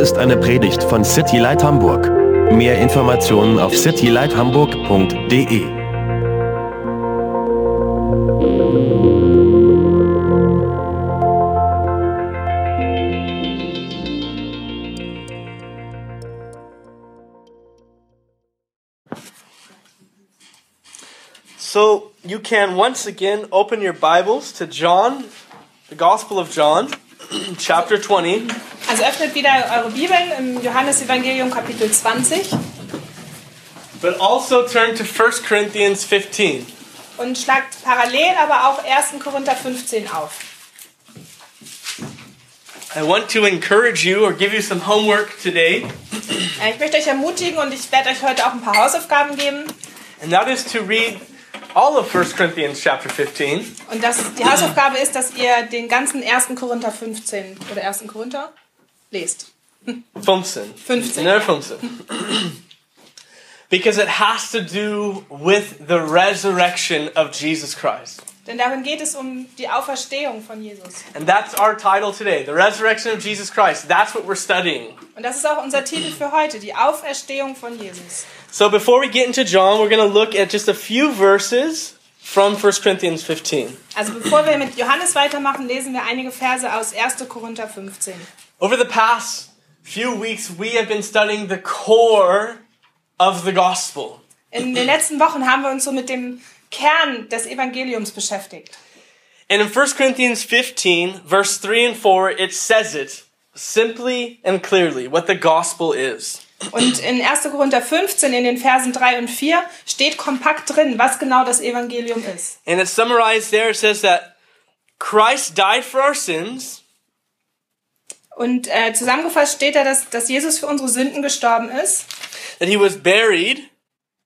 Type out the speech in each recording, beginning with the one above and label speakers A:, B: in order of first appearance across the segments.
A: ist eine Predigt von City Light Hamburg. Mehr Informationen auf citylighthamburg.de.
B: So you can once again open your Bibles to John, the Gospel of John, chapter 20.
C: Also öffnet wieder eure Bibeln im Johannesevangelium Kapitel 20
B: But also turn to 1 Corinthians 15.
C: und schlagt parallel aber auch 1. Korinther 15 auf.
B: I want to encourage you or give you some homework today,
C: Äh, Ich möchte euch ermutigen und ich werde euch heute auch ein paar Hausaufgaben geben.
B: and that is to read all of 1 Corinthians chapter 15
C: Und das, die Hausaufgabe ist, dass ihr den ganzen 1. Korinther 15 oder 1. Korinther lest.
B: 15.
C: 15.
B: No, 15. because it has to do with the resurrection of Jesus Christ.
C: Denn darin geht es um die Auferstehung von Jesus.
B: And that's our title today, the resurrection of Jesus Christ. That's what we're studying.
C: Und das ist auch unser Titel für heute, die Auferstehung von Jesus.
B: So before we get into John, we're going to look at just a few verses from 1 Corinthians 15.
C: Also bevor wir mit Johannes weitermachen, lesen wir einige Verse aus 1. Korinther 15.
B: Over the past few weeks, we have been studying the core of the gospel.
C: In den letzten Wochen haben wir uns so mit dem Kern des Evangeliums beschäftigt.
B: And in 1 Corinthians 15, verse 3 and 4, it says it simply and clearly what the gospel is.
C: Und in 1. Korinther 15, in den Versen 3 und 4, steht kompakt drin, was genau das Evangelium ist.
B: And it's summarized there. It says that Christ died for our sins.
C: Und äh, zusammengefasst steht da, dass, dass Jesus für unsere Sünden gestorben ist
B: that he was buried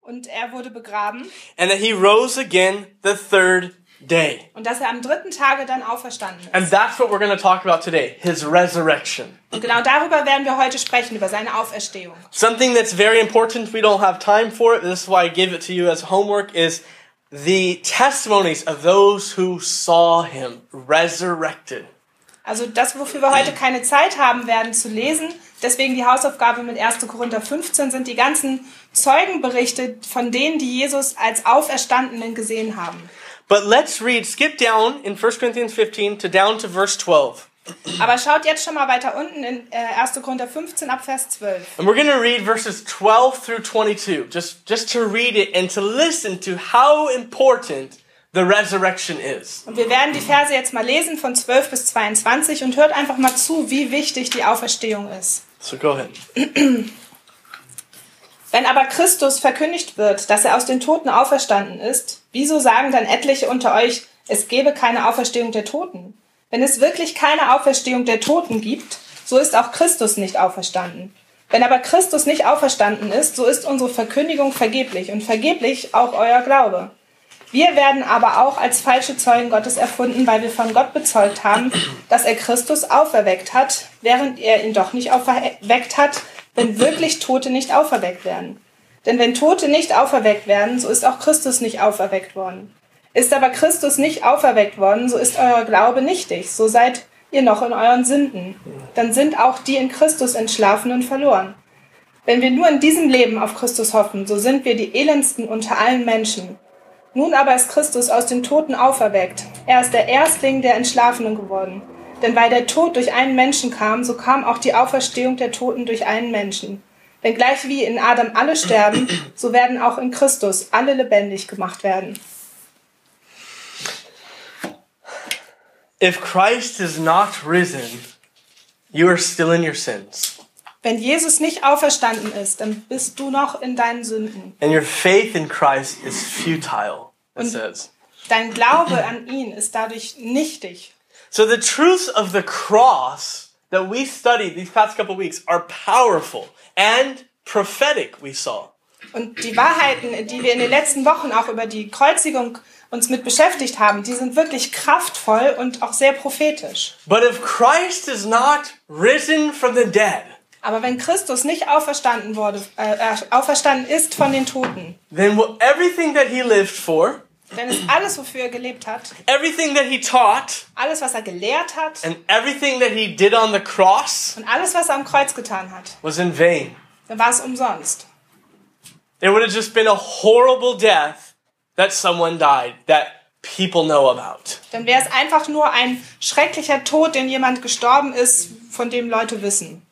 C: und er wurde begraben
B: and that he rose again the third day.
C: und dass er am dritten Tage dann auferstanden ist.
B: And that's what we're going to talk about today his resurrection.
C: Und genau darüber werden wir heute sprechen, über seine Auferstehung.
B: Something that's very important, we don't have time for it, this is why I gave it to you as homework, is the testimonies of those who saw him resurrected.
C: Also das, wofür wir heute keine Zeit haben werden zu lesen, deswegen die Hausaufgabe mit 1. Korinther 15 sind die ganzen Zeugenberichte von denen, die Jesus als Auferstandenen gesehen haben.
B: But let's read, skip down in 1 Corinthians 15 to down to verse 12.
C: Aber schaut jetzt schon mal weiter unten in äh, 1. Korinther 15 ab Vers 12.
B: And we're going to read verses 12 through 22, just, just to read it and to listen to how important the resurrection is.
C: Und wir werden die Verse jetzt mal lesen von 12 bis 22 und hört einfach mal zu, wie wichtig die Auferstehung ist.
B: So go ahead.
C: Wenn aber Christus verkündigt wird, dass er aus den Toten auferstanden ist, wieso sagen dann etliche unter euch, es gebe keine Auferstehung der Toten? Wenn es wirklich keine Auferstehung der Toten gibt, so ist auch Christus nicht auferstanden. Wenn aber Christus nicht auferstanden ist, so ist unsere Verkündigung vergeblich und vergeblich auch euer Glaube. Wir werden aber auch als falsche Zeugen Gottes erfunden, weil wir von Gott bezeugt haben, dass er Christus auferweckt hat, während er ihn doch nicht auferweckt hat, wenn wirklich Tote nicht auferweckt werden. Denn wenn Tote nicht auferweckt werden, so ist auch Christus nicht auferweckt worden. Ist aber Christus nicht auferweckt worden, so ist euer Glaube nichtig, so seid ihr noch in euren Sünden. Dann sind auch die in Christus entschlafenen verloren. Wenn wir nur in diesem Leben auf Christus hoffen, so sind wir die elendsten unter allen Menschen. Nun aber ist Christus aus den Toten auferweckt. Er ist der Erstling der Entschlafenen geworden. Denn weil der Tod durch einen Menschen kam, so kam auch die Auferstehung der Toten durch einen Menschen. Denn gleich wie in Adam alle sterben, so werden auch in Christus alle lebendig gemacht werden.
B: If Christ is not risen, you are still in your sins,
C: Wenn Jesus nicht auferstanden ist, dann bist du noch in deinen Sünden.
B: and your faith in Christ is futile, it
C: Und-
B: says.
C: Dein Glaube an ihn ist dadurch nichtig.
B: So the truths of the cross that we studied these past couple weeks are powerful and prophetic, we saw.
C: Und die Wahrheiten, die wir in den letzten Wochen auch über die Kreuzigung uns mit beschäftigt haben, die sind wirklich kraftvoll und auch sehr prophetisch.
B: But if Christ is not risen from the dead,
C: Aber wenn Christus nicht auferstanden wurde, äh, äh, auferstanden ist von den Toten,
B: then what, everything that he lived for,
C: Denn es alles, wofür er gelebt hat,
B: Everything that he taught
C: alles, was er gelehrt hat
B: and everything that he did on the cross
C: und alles, was er am Kreuz getan hat,
B: was in vain.
C: dann war es umsonst.
B: It would have just been a horrible death that someone died that people know about.
C: Dann wäre es einfach nur ein schrecklicher Tod, den jemand gestorben ist, von dem Leute wissen.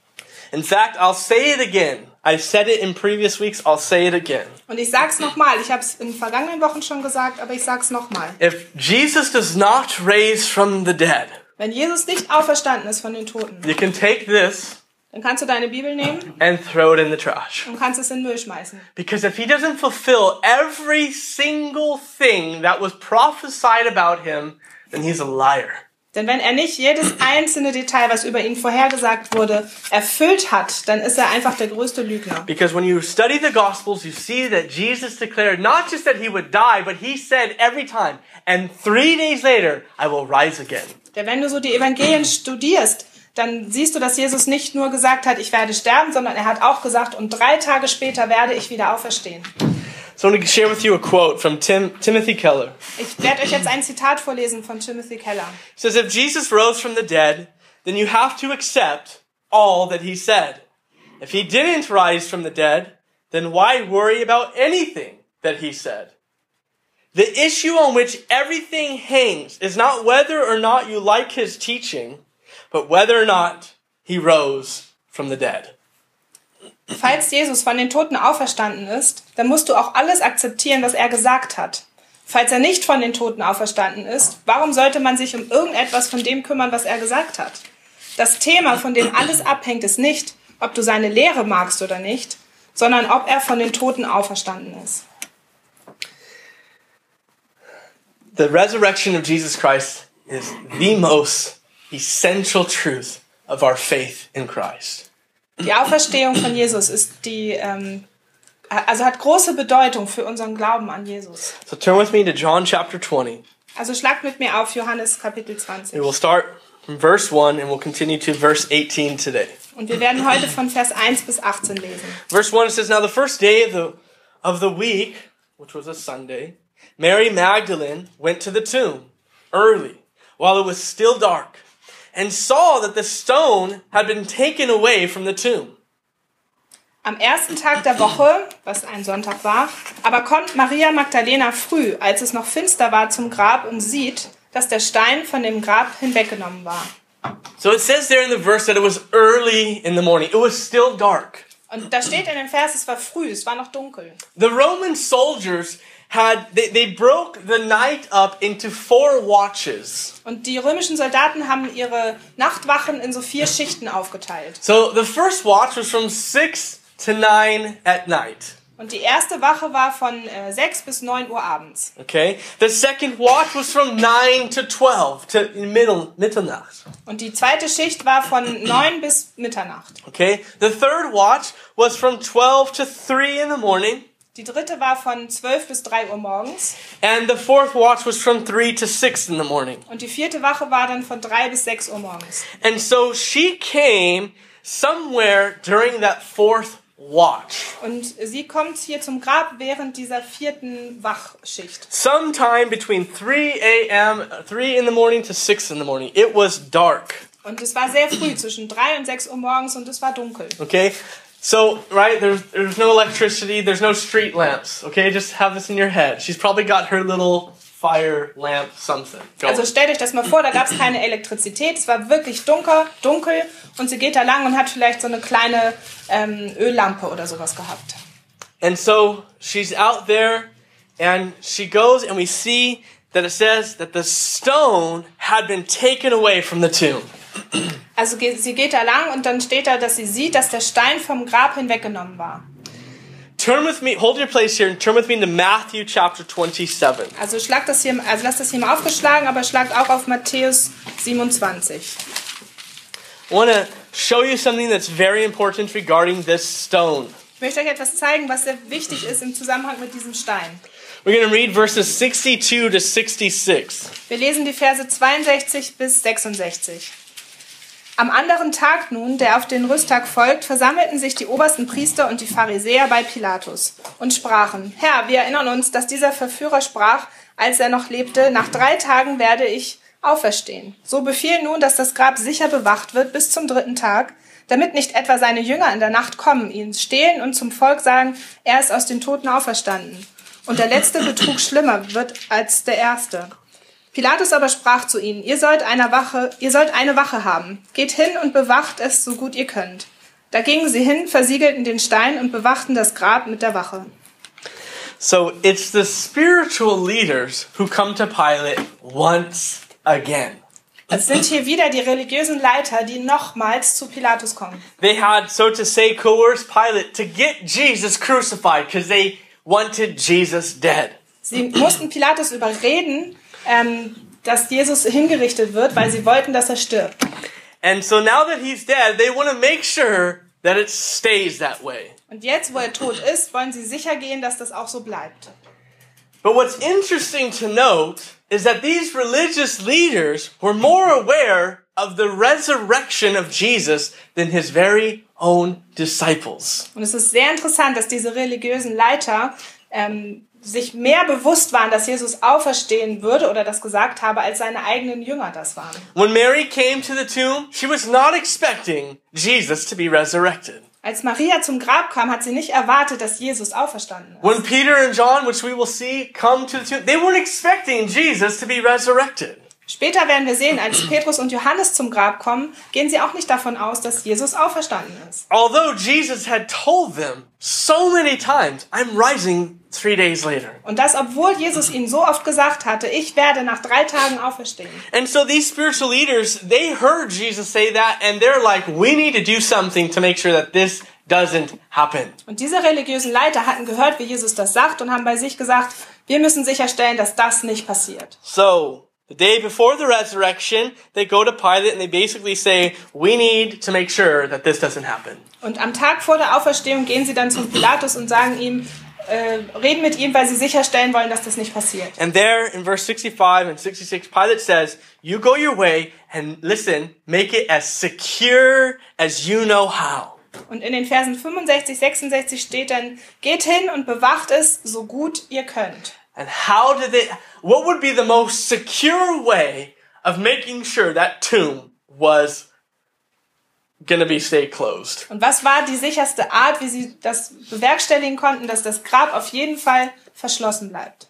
B: In fact, I'll say it again. I said it in previous weeks, I'll say it again.
C: Und ich sag's nochmal, ich habe es in vergangenen Wochen schon gesagt, aber ich sag's nochmal.
B: If Jesus does not raise from the dead,
C: Wenn Jesus nicht auferstanden ist von den Toten,
B: you can take this
C: dann kannst du deine Bibel nehmen
B: and throw it in the trash.
C: und kannst es in den Müll schmeißen.
B: Because if he doesn't fulfill every single thing that was prophesied about him, then he's a liar.
C: Denn wenn er nicht jedes einzelne Detail, was über ihn vorhergesagt wurde, erfüllt hat, dann ist er einfach der größte Lügner.
B: Because when you study the Gospels, you see that Jesus declared not just that he would die, but he said every time, and three days later, I will rise again.
C: Denn wenn du so die Evangelien studierst, dann siehst du, dass Jesus nicht nur gesagt hat, ich werde sterben, sondern er hat auch gesagt, und drei Tage später werde ich wieder auferstehen.
B: So I'm going to share with you a quote from Tim, Timothy Keller.
C: Ich werde euch jetzt ein Zitat vorlesen von Timothy Keller.
B: It says, If Jesus rose from the dead, then you have to accept all that he said. If he didn't rise from the dead, then why worry about anything that he said? The issue on which everything hangs is not whether or not you like his teaching, but whether or not he rose from the dead.
C: Falls Jesus von den Toten auferstanden ist, dann musst du auch alles akzeptieren, was er gesagt hat. Falls er nicht von den Toten auferstanden ist, warum sollte man sich um irgendetwas von dem kümmern, was er gesagt hat? Das Thema, von dem alles abhängt, ist nicht, ob du seine Lehre magst oder nicht, sondern ob er von den Toten auferstanden ist.
B: The resurrection of Jesus Christ is the most essential truth of our faith in Christ.
C: Die Auferstehung von Jesus ist die, ähm, also hat große Bedeutung für unseren Glauben an Jesus.
B: So turn with me to John chapter 20.
C: Also schlagt mit mir auf Johannes Kapitel 20.
B: We will start from verse 1 and we'll continue to verse 18 today.
C: Und wir werden heute von Vers 1 bis 18 lesen.
B: Verse 1 it says now the first day of the of the week, which was a Sunday, Mary Magdalene went to the tomb early while it was still dark and saw that the stone had been taken away from the tomb.
C: Am ersten Tag der Woche, was ein Sonntag war, aber kommt Maria Magdalena früh, als es noch finster war, zum Grab und sieht, dass der Stein von dem Grab hinweggenommen war.
B: So it says there in the verse that it was early in the morning. It was still dark.
C: Und da steht in dem Vers, es war früh, es war noch dunkel.
B: The Roman soldiers had they, they broke the night up into four watches.
C: Und die römischen Soldaten haben ihre Nachtwachen in so vier Schichten aufgeteilt.
B: So the first watch was from 6 to 9 at night.
C: Und die erste Wache war von äh, 6 bis 9 Uhr abends.
B: Okay? The second watch was from 9 to 12 to middle Mitternacht.
C: Und die zweite Schicht war von 9 bis Mitternacht.
B: Okay? The third watch was from 12 to 3 in the morning.
C: Die dritte war von 12 bis 3 Uhr morgens.
B: And the fourth watch was from 3 to 6 in the morning.
C: Und die vierte Wache war dann von 3 bis 6 Uhr morgens.
B: And so she came somewhere during that fourth watch.
C: Und sie kommt hier zum Grab während dieser vierten Wachschicht.
B: Sometime between 3 a.m., 3 in the morning to 6 in the morning. It was dark.
C: Und es war sehr früh, zwischen drei und sechs Uhr morgens und es war dunkel.
B: Okay? So, right, there's, there's no electricity, there's no street lamps. Okay, just have this in your head. She's probably got her little fire lamp something. Going.
C: Also stellt euch das mal vor, da gab es keine Elektrizität, es war wirklich dunkel, dunkel und sie geht da lang und hat vielleicht so eine kleine ähm, Öllampe oder sowas gehabt.
B: And so she's out there and she goes and we see that it says that the stone had been taken away from the tomb.
C: Also ge- sie geht da lang und dann steht da, dass sie sieht, dass der Stein vom Grab hinweggenommen war.
B: Turn with me, hold your place here and turn with me to Matthew chapter 27.
C: Also schlagt das hier, also lasst das hier mal aufgeschlagen, aber schlagt auch auf Matthäus 27.
B: I want to show you something that's very important regarding this stone.
C: Ich möchte euch etwas zeigen, was sehr wichtig ist im Zusammenhang mit diesem Stein.
B: We're going to read verses 62 to 66.
C: Wir lesen die Verse 62 bis 66. Am anderen Tag nun, der auf den Rüsttag folgt, versammelten sich die obersten Priester und die Pharisäer bei Pilatus und sprachen, Herr, wir erinnern uns, dass dieser Verführer sprach, als er noch lebte, nach drei Tagen werde ich auferstehen. So befiehl nun, dass das Grab sicher bewacht wird bis zum dritten Tag, damit nicht etwa seine Jünger in der Nacht kommen, ihn stehlen und zum Volk sagen, er ist aus den Toten auferstanden. Und der letzte Betrug schlimmer wird als der erste. Pilatus aber sprach zu ihnen, ihr sollt, einer Wache, ihr sollt eine Wache haben. Geht hin und bewacht es so gut ihr könnt. Da gingen sie hin, versiegelten den Stein und bewachten das Grab mit der Wache.
B: So it's the spiritual leaders who come to Pilate once again.
C: Es sind hier wieder die religiösen Leiter, die nochmals zu Pilatus kommen.
B: They had, so to say, coerced Pilate to get Jesus crucified because they wanted Jesus dead.
C: Sie mussten Pilatus überreden, ähm, dass Jesus hingerichtet wird, weil sie wollten, dass er stirbt.
B: And so now that he's dead, they want to make sure that it stays that way.
C: Und jetzt, wo er tot ist, wollen sie sicher gehen, dass das auch so bleibt.
B: But what's interesting to note is that these religious leaders were more aware of the resurrection of Jesus than his very own disciples.
C: Und es ist sehr interessant, dass diese religiösen Leiter ähm, sich mehr bewusst waren, dass Jesus auferstehen würde oder das gesagt habe, als seine eigenen Jünger das waren.
B: When Mary came to the tomb, she was not expecting Jesus to be resurrected.
C: Als Maria zum Grab kam, hat sie nicht erwartet, dass Jesus auferstanden ist.
B: When Peter and John, which we will see, come to the tomb, they weren't expecting Jesus to be resurrected.
C: Später werden wir sehen, als Petrus und Johannes zum Grab kommen, gehen sie auch nicht davon aus, dass Jesus auferstanden ist.
B: Although Jesus had told them so many times, I'm rising three days later.
C: Und das, obwohl Jesus ihnen so oft gesagt hatte, ich werde nach drei Tagen auferstehen.
B: And so these spiritual leaders, they heard Jesus say that and they're like, we need to do something to make sure that this doesn't happen.
C: Und diese religiösen Leiter hatten gehört, wie Jesus das sagt und haben bei sich gesagt, wir müssen sicherstellen, dass das nicht passiert.
B: So the day before the resurrection, they go to Pilate and they basically say, we need to make sure that this doesn't happen.
C: Und am Tag vor der Auferstehung gehen sie dann zum Pilatus und sagen ihm, äh, reden mit ihm, weil sie sicherstellen wollen, dass das nicht passiert.
B: And there in verse 65 and 66, Pilate says, you go your way and listen, make it as secure as you know how.
C: Und in den Versen 65, 66 steht dann, geht hin und bewacht es so gut ihr könnt.
B: And how did they, what would be the most secure way of making sure that tomb was gonna be stay closed?
C: Und was war die sicherste Art, wie sie das bewerkstelligen konnten, dass das Grab auf jeden Fall verschlossen bleibt?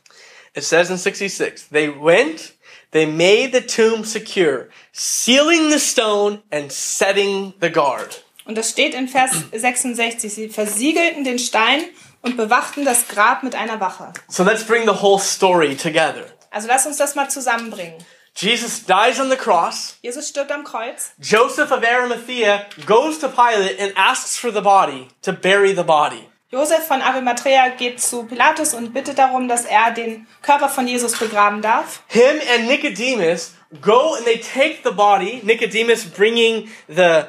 B: It says in 66, they went, they made the tomb secure, sealing the stone and setting the guard.
C: Und das steht in Vers 66. Sie versiegelten den Stein und bewachten das Grab mit einer Wache.
B: So let's bring the whole story together.
C: Also lass uns das mal zusammenbringen.
B: Jesus dies on the cross.
C: Jesus stirbt am Kreuz.
B: Joseph of Arimathea goes to Pilate and asks for the body to bury the body.
C: Josef von Arimathea geht zu Pilatus und bittet darum, dass er den Körper von Jesus begraben darf.
B: him and Nicodemus go and they take the body. Nicodemus bringing the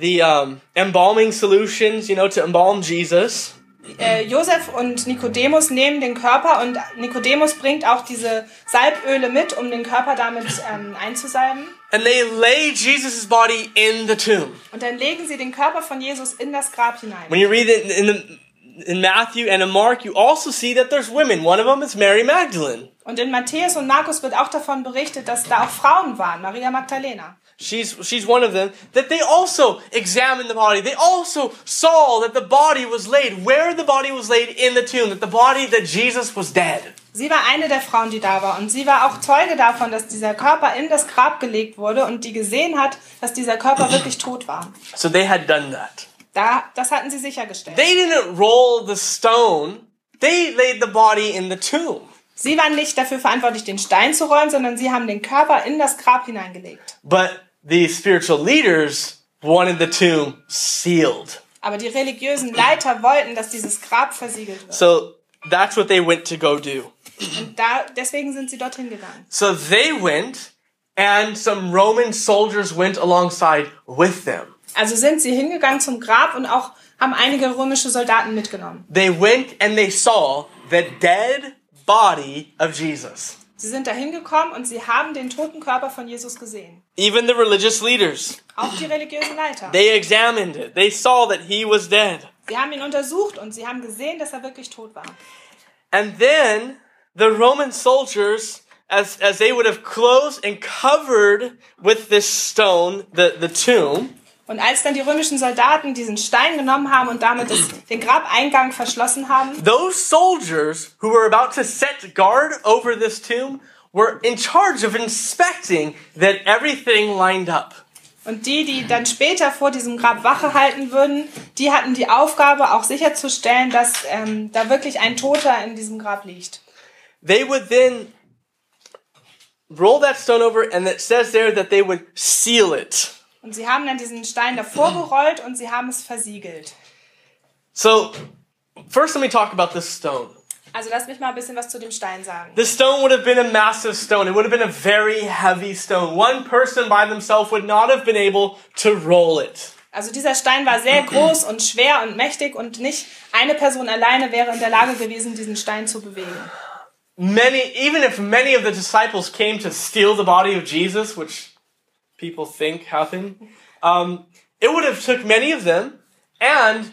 B: the um, embalming solutions, you know, to embalm Jesus.
C: Äh, Josef und Nikodemus nehmen den Körper und Nikodemus bringt auch diese Salböle mit, um den Körper damit ähm, einzusalben.
B: And they lay Jesus' body in the tomb.
C: Und dann legen sie den Körper von Jesus in das Grab hinein.
B: When you read it in, the, in Matthew and in Mark, you also see that there's women. One of them is Mary Magdalene.
C: Und in Matthäus und Markus wird auch davon berichtet, dass da auch Frauen waren, Maria Magdalena.
B: She's, she's one of them. That they also examined the body. They also saw that the body was laid, where the body was laid in the tomb, that the body that Jesus was dead.
C: Sie war eine der Frauen, die da war. Und sie war auch Zeuge davon, dass dieser Körper in das Grab gelegt wurde und die gesehen hat, dass dieser Körper wirklich tot war.
B: So they had done that.
C: Da, das hatten sie sichergestellt.
B: They didn't roll the stone. They laid the body in the tomb.
C: Sie waren nicht dafür verantwortlich, den Stein zu rollen, sondern sie haben den Körper in das Grab hineingelegt.
B: But the spiritual leaders wanted the tomb sealed.
C: Aber die religiösen Leiter wollten, dass dieses Grab versiegelt wird.
B: So that's what they went to go do.
C: Und da, deswegen sind sie dorthin gegangen.
B: So they went and some Roman soldiers went alongside with them.
C: Also sind sie hingegangen zum Grab und auch haben einige römische Soldaten mitgenommen.
B: They went and they saw the dead body of Jesus.
C: Sie sind dahin gekommen und sie haben den toten Körper von Jesus gesehen.
B: Even the religious leaders,
C: Auch die religiösen Leiter.
B: they examined it. They saw that he was dead.
C: Sie haben ihn untersucht und sie haben gesehen, dass er wirklich tot war.
B: And then the Roman soldiers, as, as they would have closed and covered with this stone, the, the tomb,
C: Und als dann die römischen Soldaten diesen Stein genommen haben und damit das, den Grabeingang verschlossen haben,
B: those soldiers who were about to set guard over this tomb were in charge of inspecting that everything lined up.
C: und die, die dann später vor diesem Grab Wache halten würden, die hatten die Aufgabe, auch sicherzustellen, dass ähm, da wirklich ein Toter in diesem Grab liegt.
B: They would then roll that stone over, and it says there that they would seal it.
C: Und sie haben dann diesen Stein davor gerollt und sie haben es versiegelt.
B: So, first, let me talk about this stone.
C: Also lass mich mal ein bisschen was zu dem Stein sagen.
B: The stone would have been a massive stone. It would have been a very heavy stone. One person by themselves would not have been able to roll it.
C: Also dieser Stein war sehr groß und schwer und mächtig und nicht eine Person alleine wäre in der Lage gewesen, diesen Stein zu bewegen.
B: Many, even if many of the disciples came to steal the body of Jesus, which people think happened, um, it would have took many of them, and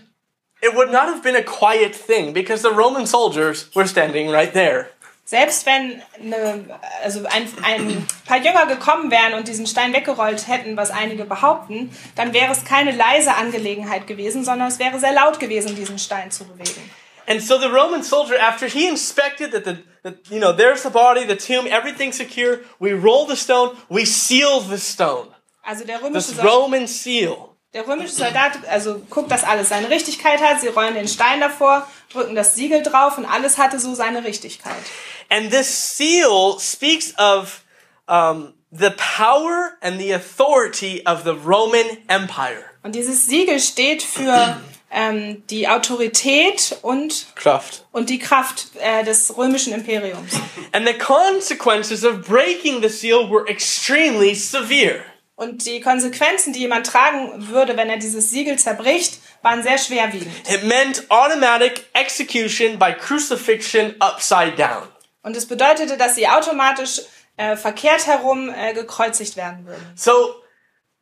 B: it would not have been a quiet thing because the Roman soldiers were standing right there.
C: Selbst wenn eine, also ein, ein paar Jünger gekommen wären und diesen Stein weggerollt hätten, was einige behaupten, dann wäre es keine leise Angelegenheit gewesen, sondern es wäre sehr laut gewesen, diesen Stein zu bewegen.
B: And so the Roman soldier, after he inspected that the that, you know there's the body, the tomb, everything secure, we roll the stone, we seal the stone.
C: Also der römische,
B: This
C: Soldat,
B: Roman seal.
C: der römische Soldat, also guckt, dass alles seine Richtigkeit hat. Sie rollen den Stein davor, drücken das Siegel drauf und alles hatte so seine Richtigkeit.
B: And this seal speaks of um, the power and the authority of the Roman Empire.
C: Und dieses Siegel steht für ähm, die Autorität und,
B: Kraft.
C: und die Kraft äh, des römischen Imperiums.
B: And the consequences of breaking the seal were extremely severe.
C: Und die Konsequenzen, die jemand tragen würde, wenn er dieses Siegel zerbricht, waren sehr schwerwiegend.
B: It meant automatic execution by crucifixion upside down.
C: Und es bedeutete, dass sie automatisch äh, verkehrt herum äh, gekreuzigt werden würden.
B: So,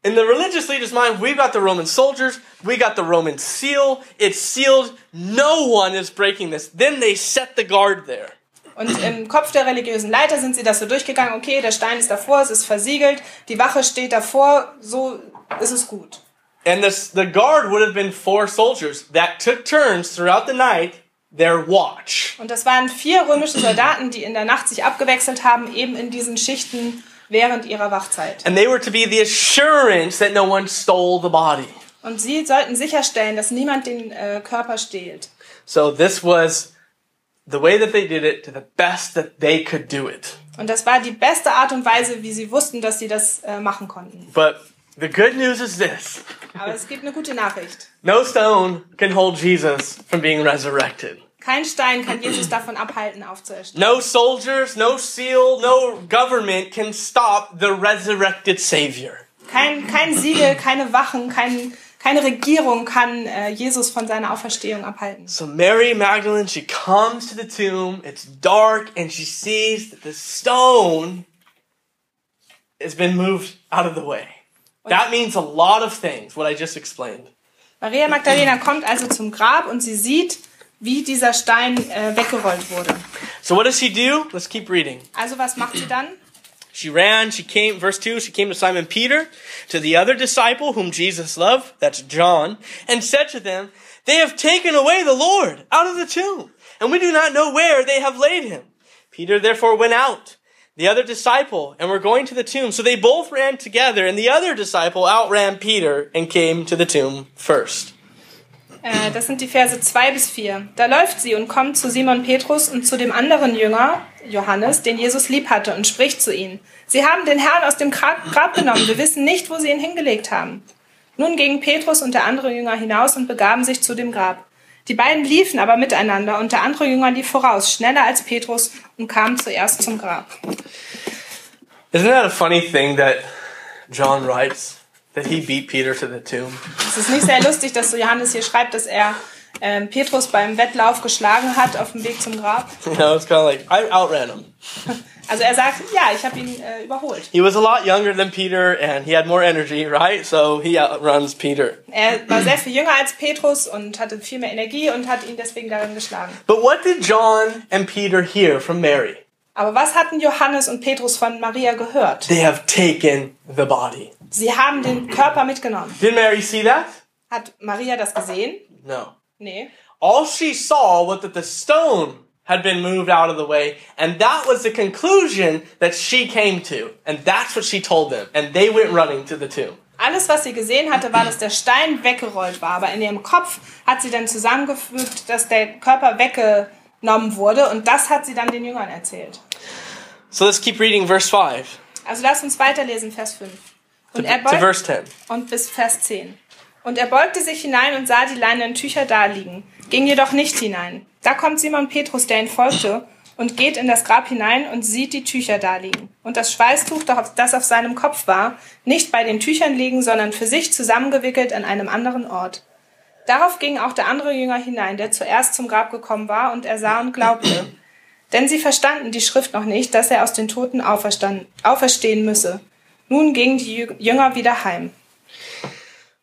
B: in the religious leaders' mind, we've got the Roman soldiers, we got the Roman seal, it's sealed, no one is breaking this. Then they set the guard there.
C: Und im Kopf der religiösen Leiter sind sie das so durchgegangen, okay, der Stein ist davor, es ist versiegelt, die Wache steht davor, so ist es gut.
B: And this, the guard would have been four soldiers that took turns throughout the night their watch.
C: Und das waren vier römische Soldaten, die in der Nacht sich abgewechselt haben, eben in diesen Schichten während ihrer Wachzeit.
B: And they were to be the assurance that no one stole the body.
C: Und sie sollten sicherstellen, dass niemand den äh, Körper stehlt.
B: So this was the way that they did it to the best that they could do it.
C: Und das war die beste Art und Weise, wie sie wussten, dass sie das äh, machen konnten.
B: But the good news is this.
C: Aber es gibt eine gute Nachricht.
B: No stone can hold Jesus from being resurrected.
C: Kein Stein kann Jesus davon abhalten, aufzuerstehen.
B: No soldiers, no seal, no government can stop the resurrected Savior.
C: Kein, kein Siegel, keine Wachen, kein, keine Regierung kann äh, Jesus von seiner Auferstehung abhalten.
B: So Mary Magdalene, she comes to the tomb, it's dark, and she sees that the stone has been moved out of the way. That means a lot of things, what I just explained.
C: Maria Magdalena kommt also zum Grab und sie sieht, wie dieser Stein äh, weggerollt wurde.
B: So what does she do? Let's keep reading.
C: Also was macht sie dann?
B: She ran, she came, verse 2, she came to Simon Peter, to the other disciple whom Jesus loved, that's John, and said to them, They have taken away the Lord out of the tomb, and we do not know where they have laid him. Peter therefore went out, the other disciple, and were going to the tomb. So they both ran together, and the other disciple outran Peter and came to the tomb first.
C: Äh, das sind die Verse 2 bis 4. Da läuft sie und kommt zu Simon Petrus und zu dem anderen Jünger, Johannes, den Jesus lieb hatte, und spricht zu ihnen. Sie haben den Herrn aus dem Gra- Grab genommen, wir wissen nicht, wo sie ihn hingelegt haben. Nun gingen Petrus und der andere Jünger hinaus und begaben sich zu dem Grab. Die beiden liefen aber miteinander und der andere Jünger lief voraus, schneller als Petrus, und kam zuerst zum Grab.
B: Isn't that a funny thing that John writes? That he beat Peter to the tomb?
C: Es ist nicht sehr lustig, dass so Johannes hier schreibt, dass er ähm, Petrus beim Wettlauf geschlagen hat auf dem Weg zum Grab.
B: You know, it's kind of like, I outran him.
C: Also er sagt, ja, ich habe ihn äh, überholt.
B: He was a lot younger than Peter and he had more energy, right? So he outruns Peter.
C: Er war sehr viel jünger als Petrus und hatte viel mehr Energie und hat ihn deswegen darin geschlagen.
B: But what did John and Peter hear from Mary?
C: Aber was hatten Johannes und Petrus von Maria gehört?
B: They have taken the body.
C: Sie haben den Körper mitgenommen.
B: Did Mary see that?
C: Hat Maria das gesehen?
B: No.
C: Nee.
B: All she saw was that the stone had been moved out of the way, and that was the conclusion that she came to. And that's what she told them, and they went running to the tomb.
C: Alles, was sie gesehen hatte, war, dass der Stein weggerollt war. Aber in ihrem Kopf hat sie dann zusammengefügt, dass der Körper weggenommen wurde. Und das hat sie dann den Jüngern erzählt.
B: So let's keep reading verse 5
C: Also lasst uns weiterlesen, Vers 5. Und er
B: to
C: beugte,
B: verse 10.
C: und bis Vers 10. Und er beugte sich hinein und sah die leinenen Tücher daliegen, ging jedoch nicht hinein. Da kommt Simon Petrus, der ihn folgte, und geht in das Grab hinein und sieht die Tücher daliegen. Und das Schweißtuch, doch auf- das auf seinem Kopf war, nicht bei den Tüchern liegen, sondern für sich zusammengewickelt an einem anderen Ort. Darauf ging auch der andere Jünger hinein, der zuerst zum Grab gekommen war, und er sah und glaubte. Denn sie verstanden die Schrift noch nicht, dass er aus den Toten auferstand- auferstehen müsse. Nun gingen die Jü- Jünger wieder heim.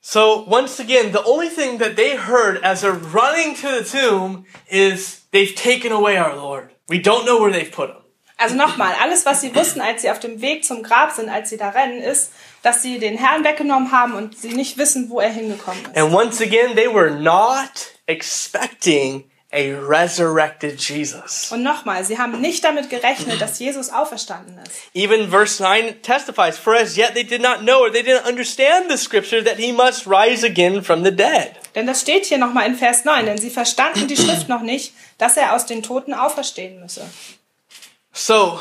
B: So once again, the only thing that they heard as they're running to the tomb is they've taken away our Lord. We don't know where they've put him.
C: Also nochmal, alles, was sie wussten, als sie auf dem Weg zum Grab sind, als sie da rennen, ist, dass sie den Herrn weggenommen haben und sie nicht wissen, wo er hingekommen ist.
B: And once again, they were not expecting a resurrected Jesus.
C: Und nochmal, sie haben nicht damit gerechnet, dass Jesus auferstanden ist.
B: Even verse 9 testifies, For as yet they did not know or they didn't understand the scripture that he must rise again from the dead.
C: Denn das steht hier nochmal in Vers 9, denn sie verstanden die Schrift noch nicht, dass er aus den Toten auferstehen müsse.
B: So,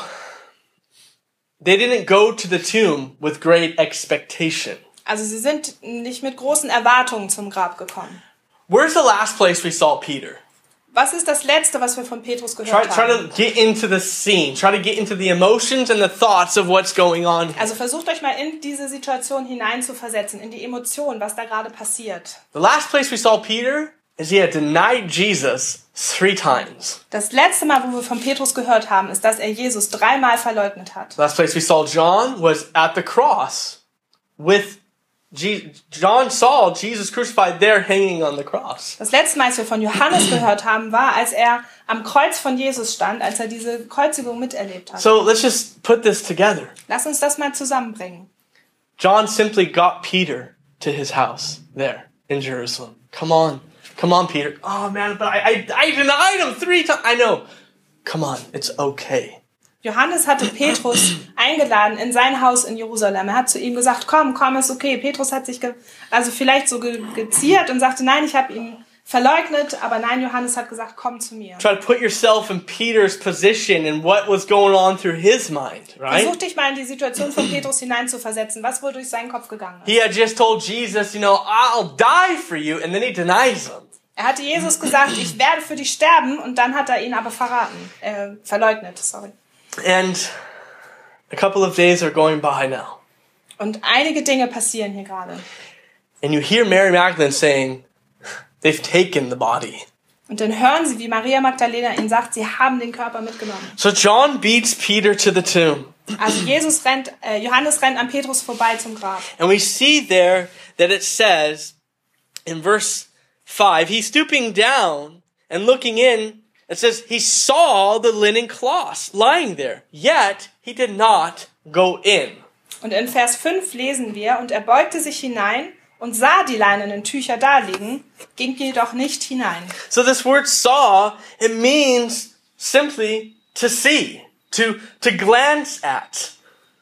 B: they didn't go to the tomb with great expectation.
C: Also sie sind nicht mit großen Erwartungen zum Grab gekommen.
B: Where's the last place we saw Peter?
C: Was ist das Letzte, was wir von Petrus
B: Try,
C: gehört
B: try
C: haben?
B: to get into the scene. Try to get into the emotions and the thoughts of what's going on.
C: Also versucht euch mal in diese Situation hineinzuversetzen, in die Emotion, was da gerade passiert.
B: The last place we saw Peter is he had denied Jesus three times.
C: Das letzte Mal, wo wir von Petrus gehört haben, ist, dass er Jesus dreimal verleugnet hat.
B: The last place we saw John was at the cross with Je- John saw Jesus crucified there hanging on the cross.
C: Das letzte Mal, als wir von Johannes gehört haben, war, als er am Kreuz von Jesus stand, als er diese Kreuzigung miterlebt hat.
B: So let's just put this together.
C: Lass uns das mal zusammenbringen.
B: John simply got Peter to his house there in Jerusalem. Come on. Come on, Peter. Oh, man, but I, I, I denied him three times. I know. Come on. It's okay.
C: Johannes hatte Petrus eingeladen in sein Haus in Jerusalem. Er hat zu ihm gesagt, komm, komm, ist okay. Petrus hat sich ge also vielleicht so ge geziert und sagte, nein, ich habe ihn verleugnet, aber nein, Johannes hat gesagt, komm zu mir.
B: Try to put yourself in Peter's position and what was going on through his mind,
C: Versuch
B: right?
C: dich mal in die Situation von Petrus hineinzuversetzen, was wohl durch seinen Kopf gegangen ist.
B: He had just told Jesus, you know, I'll die for you, and then he denies him.
C: Er hatte Jesus gesagt, ich werde für dich sterben, und dann hat er ihn aber verraten, äh, verleugnet, sorry.
B: And a couple of days are going by now.
C: Und einige Dinge passieren hier gerade.
B: And you hear Mary Magdalene saying, they've taken the body.
C: Und dann hören sie, wie Maria Magdalena ihnen sagt, sie haben den Körper mitgenommen.
B: So John beats Peter to the tomb.
C: Also Jesus rennt, äh, Johannes rennt an Petrus vorbei zum Grab.
B: And we see there that it says in verse 5, he's stooping down and looking in. It says he saw the linen cloths lying there, yet he did not go in.
C: Und in Vers 5 lesen wir, und er beugte sich hinein und sah die leinenen Tücher daliegen, ging jedoch nicht hinein.
B: So this word saw, it means simply to see, to, to glance at.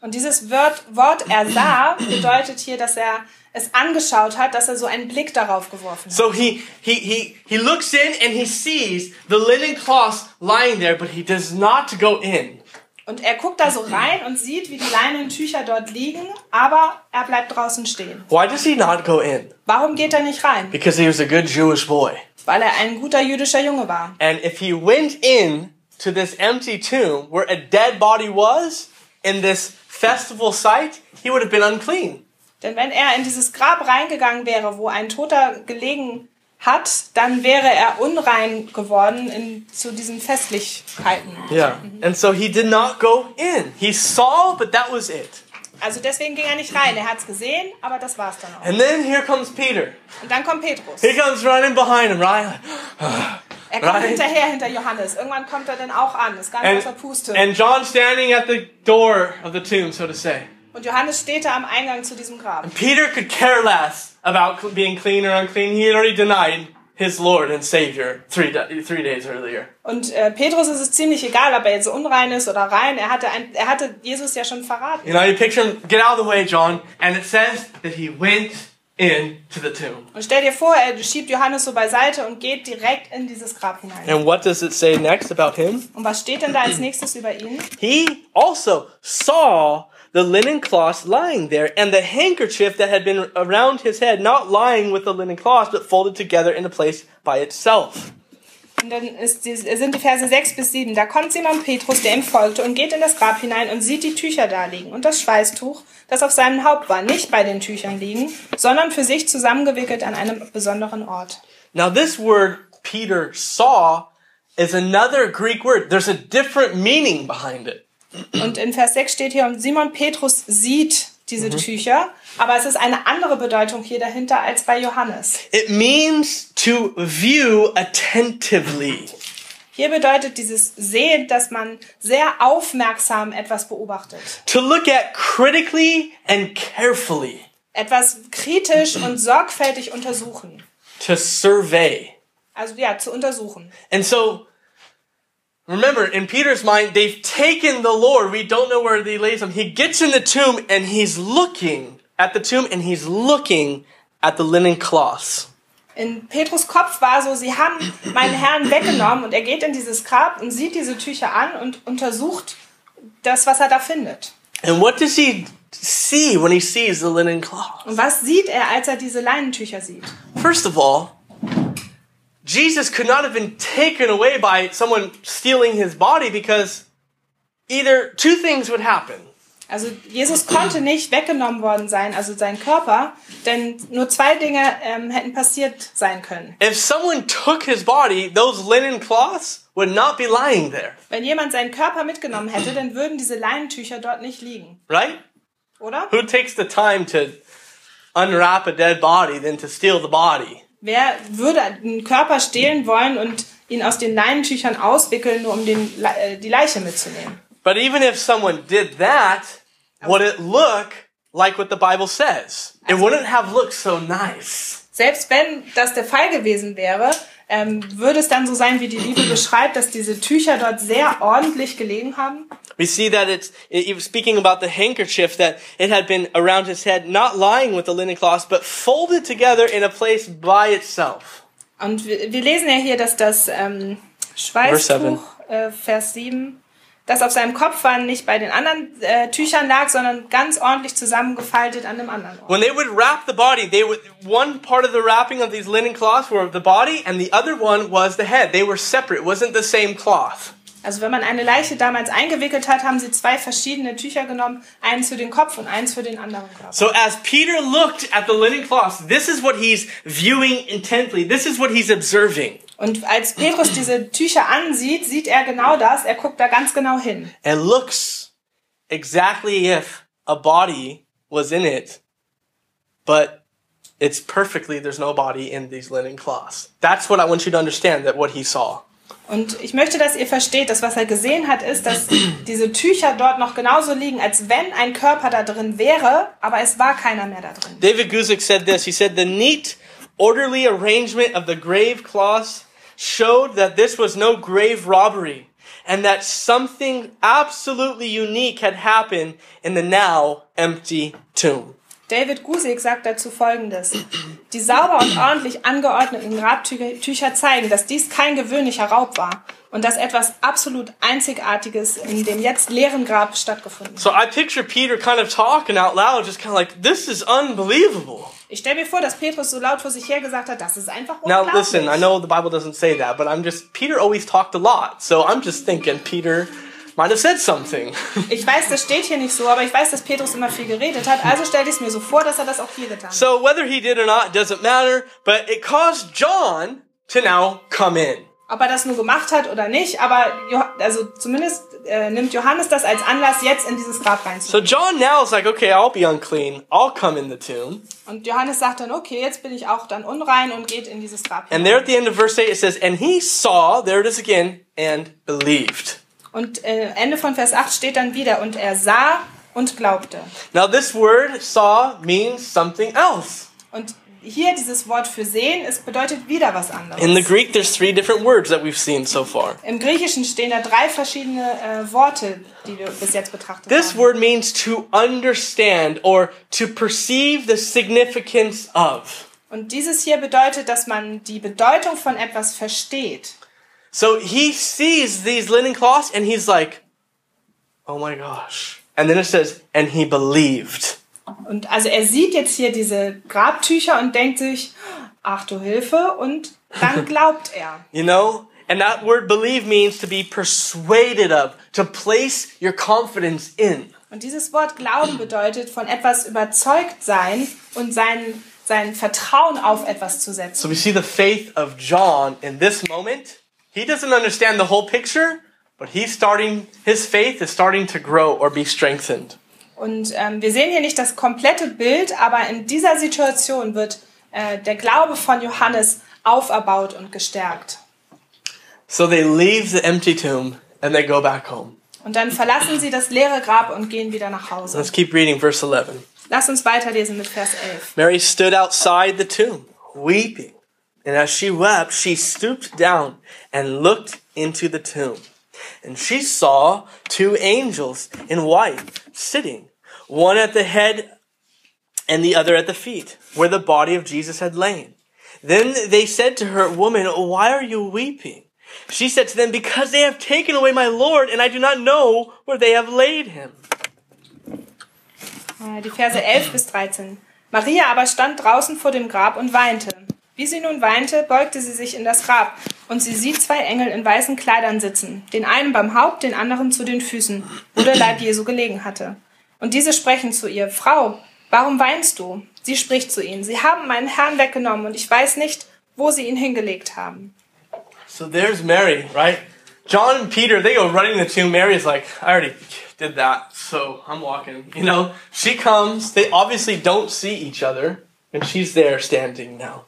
C: Und dieses Wort, Wort er sah bedeutet hier, dass er es angeschaut hat, dass er so einen Blick darauf geworfen hat.
B: So he, he, he, he looks in and he sees the linen cloths lying there, but he does not go in.
C: Und er guckt da so rein und sieht, wie die leinenen Tücher dort liegen, aber er bleibt draußen stehen.
B: Why does he not go in?
C: Warum geht er nicht rein?
B: Because he was a good Jewish boy.
C: Weil er ein guter jüdischer Junge war.
B: And if he went in to this empty tomb where a dead body was in this festival site, he would have been unclean.
C: Denn wenn er in dieses Grab reingegangen wäre, wo ein Toter gelegen hat, dann wäre er unrein geworden in, zu diesen Festlichkeiten.
B: Yeah. Mm-hmm. And so he did not go in. He saw, but that was it.
C: Also deswegen ging er nicht rein. Er hat's gesehen, aber das war's dann auch.
B: And then here comes Peter.
C: Und dann kommt Petrus.
B: He comes running behind him, right?
C: Er kommt
B: Nein.
C: hinterher hinter Johannes. Irgendwann kommt er dann auch an. Ist ganz
B: And,
C: außer Puste.
B: and John standing at the door of the tomb, so to say.
C: Und Johannes steht da am Eingang zu diesem Grab.
B: Peter could care less about cl- being clean or unclean. He had already denied his Lord and Savior three, da- three days earlier.
C: Und äh, Petrus ist es ziemlich egal, ob er jetzt unrein ist oder rein. Er hatte, ein, er hatte Jesus ja schon verraten.
B: You know, you picture him, get out of the way, John. And it says that he went in to the tomb.
C: Und stell dir vor, er schiebt Johannes so beiseite und geht direkt in dieses Grab hinein.
B: And what does it say next about him?
C: Und was steht denn da als nächstes über ihn?
B: He also saw the linen cloth lying there, and the handkerchief that had been around his head, not lying with the linen cloth, but folded together in a place by itself.
C: Und dann ist die, sind die Verse 6 bis 7. Da kommt Simon Petrus, der ihm folgte, und geht in das Grab hinein und sieht die Tücher da liegen und das Schweißtuch, das auf seinem Haupt war, nicht bei den Tüchern liegen, sondern für sich zusammengewickelt an einem besonderen Ort.
B: Now, this word Peter saw is another Greek word. There's a different meaning behind it.
C: Und in Vers 6 steht hier, und Simon Petrus sieht diese Tücher, aber es ist eine andere Bedeutung hier dahinter als bei Johannes.
B: It means to view attentively.
C: Hier bedeutet dieses Sehen, dass man sehr aufmerksam etwas beobachtet.
B: To look at critically and carefully.
C: Etwas kritisch und sorgfältig untersuchen.
B: To survey.
C: Also ja, zu untersuchen.
B: And so, remember, in Peter's mind, they've taken the Lord. We don't know where he lays him. He gets in the tomb and he's looking at the tomb and he's looking at the linen cloths.
C: in Petrus Kopf war so, sie haben meinen Herrn weggenommen und er geht in dieses Grab und sieht diese Tücher an und untersucht das, was er da findet.
B: And what does he see when he sees the linen cloths?
C: Und was sieht er, als er diese Leinentücher sieht?
B: First of all, Jesus could not have been taken away by someone stealing his body because either two things would happen.
C: Also Jesus konnte nicht weggenommen worden sein, also sein Körper, denn nur zwei Dinge ähm, hätten passiert sein können.
B: If someone took his body, those linen cloths would not be lying there,
C: Wenn jemand seinen Körper mitgenommen hätte, dann würden diese Leinentücher dort nicht liegen,
B: right?
C: oder?
B: Who takes the time to unwrap a dead body than to steal the body?
C: Wer würde einen Körper stehlen wollen und ihn aus den Leinentüchern auswickeln, nur um den, Le- äh, die Leiche mitzunehmen?
B: But even if someone did that, would it look like what the Bible says? It wouldn't have looked so nice.
C: selbst wenn das der Fall gewesen wäre, ähm, würde es dann so sein, wie die Bibel beschreibt, dass diese Tücher dort sehr ordentlich gelegen haben.
B: We see that it's it, it was speaking about the handkerchief that it had been around his head, not lying with the linen cloth, but folded together in a place by itself.
C: Und wir, wir lesen ja hier, dass das ähm,
B: Verse
C: Schweißtuch,
B: seven.
C: äh, Vers 7, das auf seinem Kopf war, nicht bei den anderen äh, Tüchern lag, sondern ganz ordentlich zusammengefaltet an einem anderen Ort.
B: When they would wrap the body, they would one part of the wrapping of these linen cloths were the body, and the other one was the head. They were separate. It wasn't the same cloth.
C: Also wenn man eine Leiche damals eingewickelt hat, haben sie zwei verschiedene Tücher genommen, eins für den Kopf und eins für den anderen Körper.
B: So as Peter looked at the linen cloths, this is what he's viewing intently. This is what he's observing.
C: Und als Petrus diese Tücher ansieht, sieht er genau das, er guckt da ganz genau hin.
B: And looks exactly if a body was in it, but it's perfectly there's no body in these linen cloths. That's what I want you to understand that what he saw.
C: Und ich möchte, dass ihr versteht, dass was er gesehen hat, ist, dass diese Tücher dort noch genauso liegen, als wenn ein Körper da drin wäre, aber es war keiner mehr da drin.
B: David Guzik said this. He said the neat, orderly arrangement of the grave cloths showed that this was no grave robbery and that something absolutely unique had happened in the now empty tomb.
C: David Gusek sagt dazu folgendes. Die sauber und ordentlich angeordneten Grabtücher zeigen, dass dies kein gewöhnlicher Raub war und dass etwas absolut Einzigartiges in dem jetzt leeren Grab stattgefunden hat.
B: So I picture Peter kind of talking out loud, just kind of like, this is unbelievable.
C: Ich stelle mir vor, dass Petrus so laut vor sich her gesagt hat, das ist einfach
B: Now
C: unglaublich.
B: listen, I know the Bible doesn't say that, but I'm just, Peter always talked a lot. So I'm just thinking Peter might have said something.
C: Ich weiß, das steht hier nicht so, aber ich weiß, dass Petrus immer viel geredet hat, also stellte ich es mir so vor, dass er das auch hier getan hat.
B: So whether he did or not doesn't matter, but it caused John to now come in.
C: Ob er das nur gemacht hat oder nicht, aber Joh- also zumindest äh, nimmt Johannes das als Anlass, jetzt in dieses Grab reinzugehen.
B: So John now is like, okay, I'll be unclean. I'll come in the tomb.
C: Und Johannes sagt dann, okay, jetzt bin ich auch dann unrein und geht in dieses Grab.
B: And there at the end of verse 8, it says, And he saw, there it is again, and believed.
C: Und äh, Ende von Vers 8 steht dann wieder, und er sah und glaubte.
B: Now, this word saw means something else.
C: Und hier dieses Wort für sehen, es bedeutet wieder was
B: In the
C: anderes.
B: Greek, there's three different words that we've seen so far.
C: Im Griechischen stehen da drei verschiedene äh, Worte, die wir bis jetzt betrachtet
B: This
C: haben.
B: word means to understand or to perceive the significance of.
C: Und dieses hier bedeutet, dass man die Bedeutung von etwas versteht.
B: So he sees these linen cloths and he's like, oh my gosh. And then it says, and he believed.
C: Und also er sieht jetzt hier diese Grabtücher und denkt sich, ach du Hilfe, und dann glaubt er.
B: You know? And that word believe means to be persuaded of, to place your confidence in.
C: Und dieses Wort Glauben bedeutet von etwas überzeugt sein und sein, sein Vertrauen auf etwas zu setzen.
B: So we see the faith of John in this moment. He doesn't understand the whole picture, but he's starting, his faith is starting to grow or be strengthened.
C: Und ähm, wir sehen hier nicht das komplette Bild, aber in dieser Situation wird äh, der Glaube von Johannes auferbaut und gestärkt.
B: So they leave the empty tomb and they go back home.
C: Und dann verlassen sie das leere Grab und gehen wieder nach Hause.
B: Let's keep reading verse 11.
C: Lass uns weiterlesen mit Vers 11.
B: Mary stood outside the tomb, weeping. And as she wept, she stooped down and looked into the tomb. And she saw two angels in white sitting, one at the head and the other at the feet, where the body of Jesus had lain. Then they said to her, Woman, why are you weeping? She said to them, Because they have taken away my Lord, and I do not know where they have laid him.
C: Äh, Die Verse 11 bis 13. Maria aber stand draußen vor dem Grab und weinte. Wie sie nun weinte, beugte sie sich in das Grab, und sie sieht zwei Engel in weißen Kleidern sitzen, den einen beim Haupt, den anderen zu den Füßen, wo der Leib Jesu gelegen hatte. Und diese sprechen zu ihr, Frau, warum weinst du? Sie spricht zu ihnen, sie haben meinen Herrn weggenommen, und ich weiß nicht, wo sie ihn hingelegt haben.
B: So there's Mary, right? John and Peter, they go running to the tomb. Mary's like, I already did that, so I'm walking. You know, she comes. They obviously don't see each other, and she's there standing now.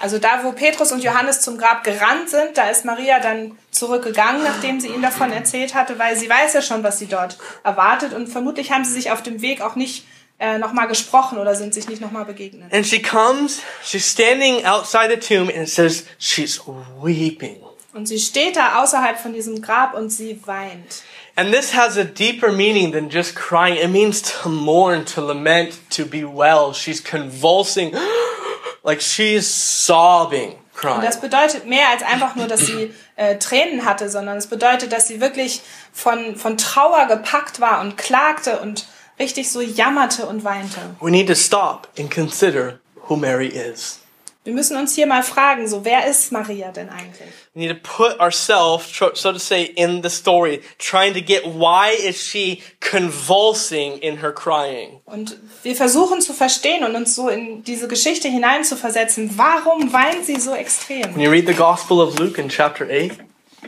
C: Also da, wo Petrus und Johannes zum Grab gerannt sind, da ist Maria dann zurückgegangen, nachdem sie ihnen davon erzählt hatte, weil sie weiß ja schon, was sie dort erwartet und vermutlich haben sie sich auf dem Weg auch nicht äh, nochmal gesprochen oder sind sich nicht nochmal begegnet.
B: And she comes. She's standing outside the tomb, and it says she's weeping.
C: Und sie steht da außerhalb von diesem Grab und sie weint.
B: And this has a deeper meaning than just crying. It means to mourn, to lament, to be well. She's convulsing, like she's sobbing,
C: Und
B: crying.
C: das bedeutet mehr als einfach nur, dass sie äh, Tränen hatte, sondern es bedeutet, dass sie wirklich von, von Trauer gepackt war und klagte und richtig so jammerte und weinte.
B: We need to stop and consider who Mary is.
C: Wir müssen uns hier mal fragen, so wer ist Maria denn eigentlich?
B: We need to put ourselves, tr- so to say, in the story, trying to get why is she convulsing in her crying?
C: Und wir versuchen zu verstehen und uns so in diese Geschichte hineinzuversetzen. Warum weint sie so extrem?
B: When you read the Gospel of Luke in chapter 8,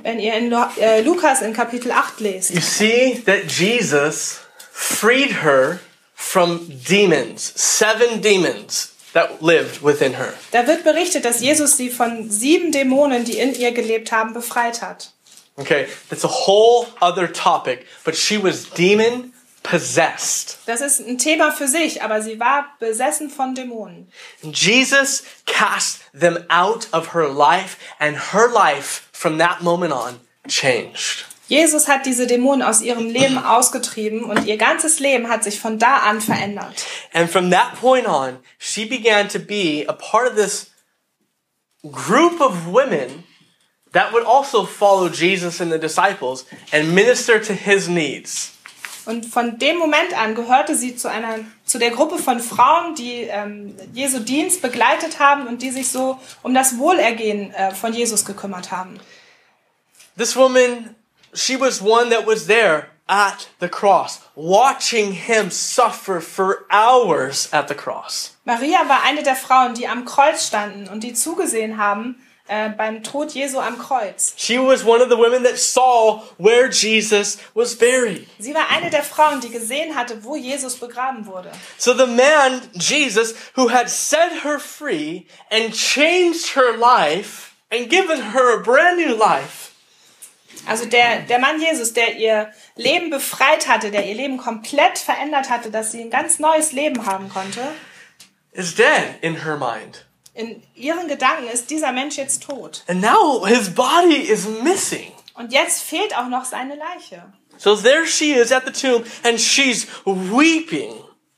C: Wenn ihr in Lu- äh, Lukas in Kapitel 8 lest,
B: you see that Jesus freed her from demons, seven demons that lived within her.
C: da wird berichtet, dass Jesus sie von sieben Dämonen, die in ihr gelebt haben, befreit hat.
B: Okay, that's a whole other topic, but she was demon possessed.
C: Das ist ein Thema für sich, aber sie war besessen von Dämonen.
B: Jesus cast them out of her life, and her life from that moment on changed.
C: Jesus hat diese Dämonen aus ihrem Leben ausgetrieben und ihr ganzes Leben hat sich von da an verändert.
B: And from that point on, she began to be a part of this group of women that would also follow Jesus and the disciples and minister to his needs.
C: Und von dem Moment an gehörte sie zu einer, zu der Gruppe von Frauen, die ähm, Jesu Dienst begleitet haben und die sich so um das Wohlergehen äh, von Jesus gekümmert haben.
B: This woman She was one that was there at the cross, watching him suffer for hours at the cross.
C: Maria war eine der Frauen, die am Kreuz standen und die zugesehen haben äh, beim Tod Jesu am Kreuz.
B: She was one of the women that saw where Jesus was buried.
C: Sie war eine der Frauen, die gesehen hatte, wo Jesus begraben wurde.
B: So the man, Jesus, who had set her free and changed her life and given her a brand new life,
C: Also der, der Mann Jesus, der ihr Leben befreit hatte, der ihr Leben komplett verändert hatte, dass sie ein ganz neues Leben haben konnte.
B: is dead in her mind.
C: In ihren Gedanken ist dieser Mensch jetzt tot.
B: And now his body is missing.
C: Und jetzt fehlt auch noch seine Leiche.
B: So there she is at the tomb and she's weeping.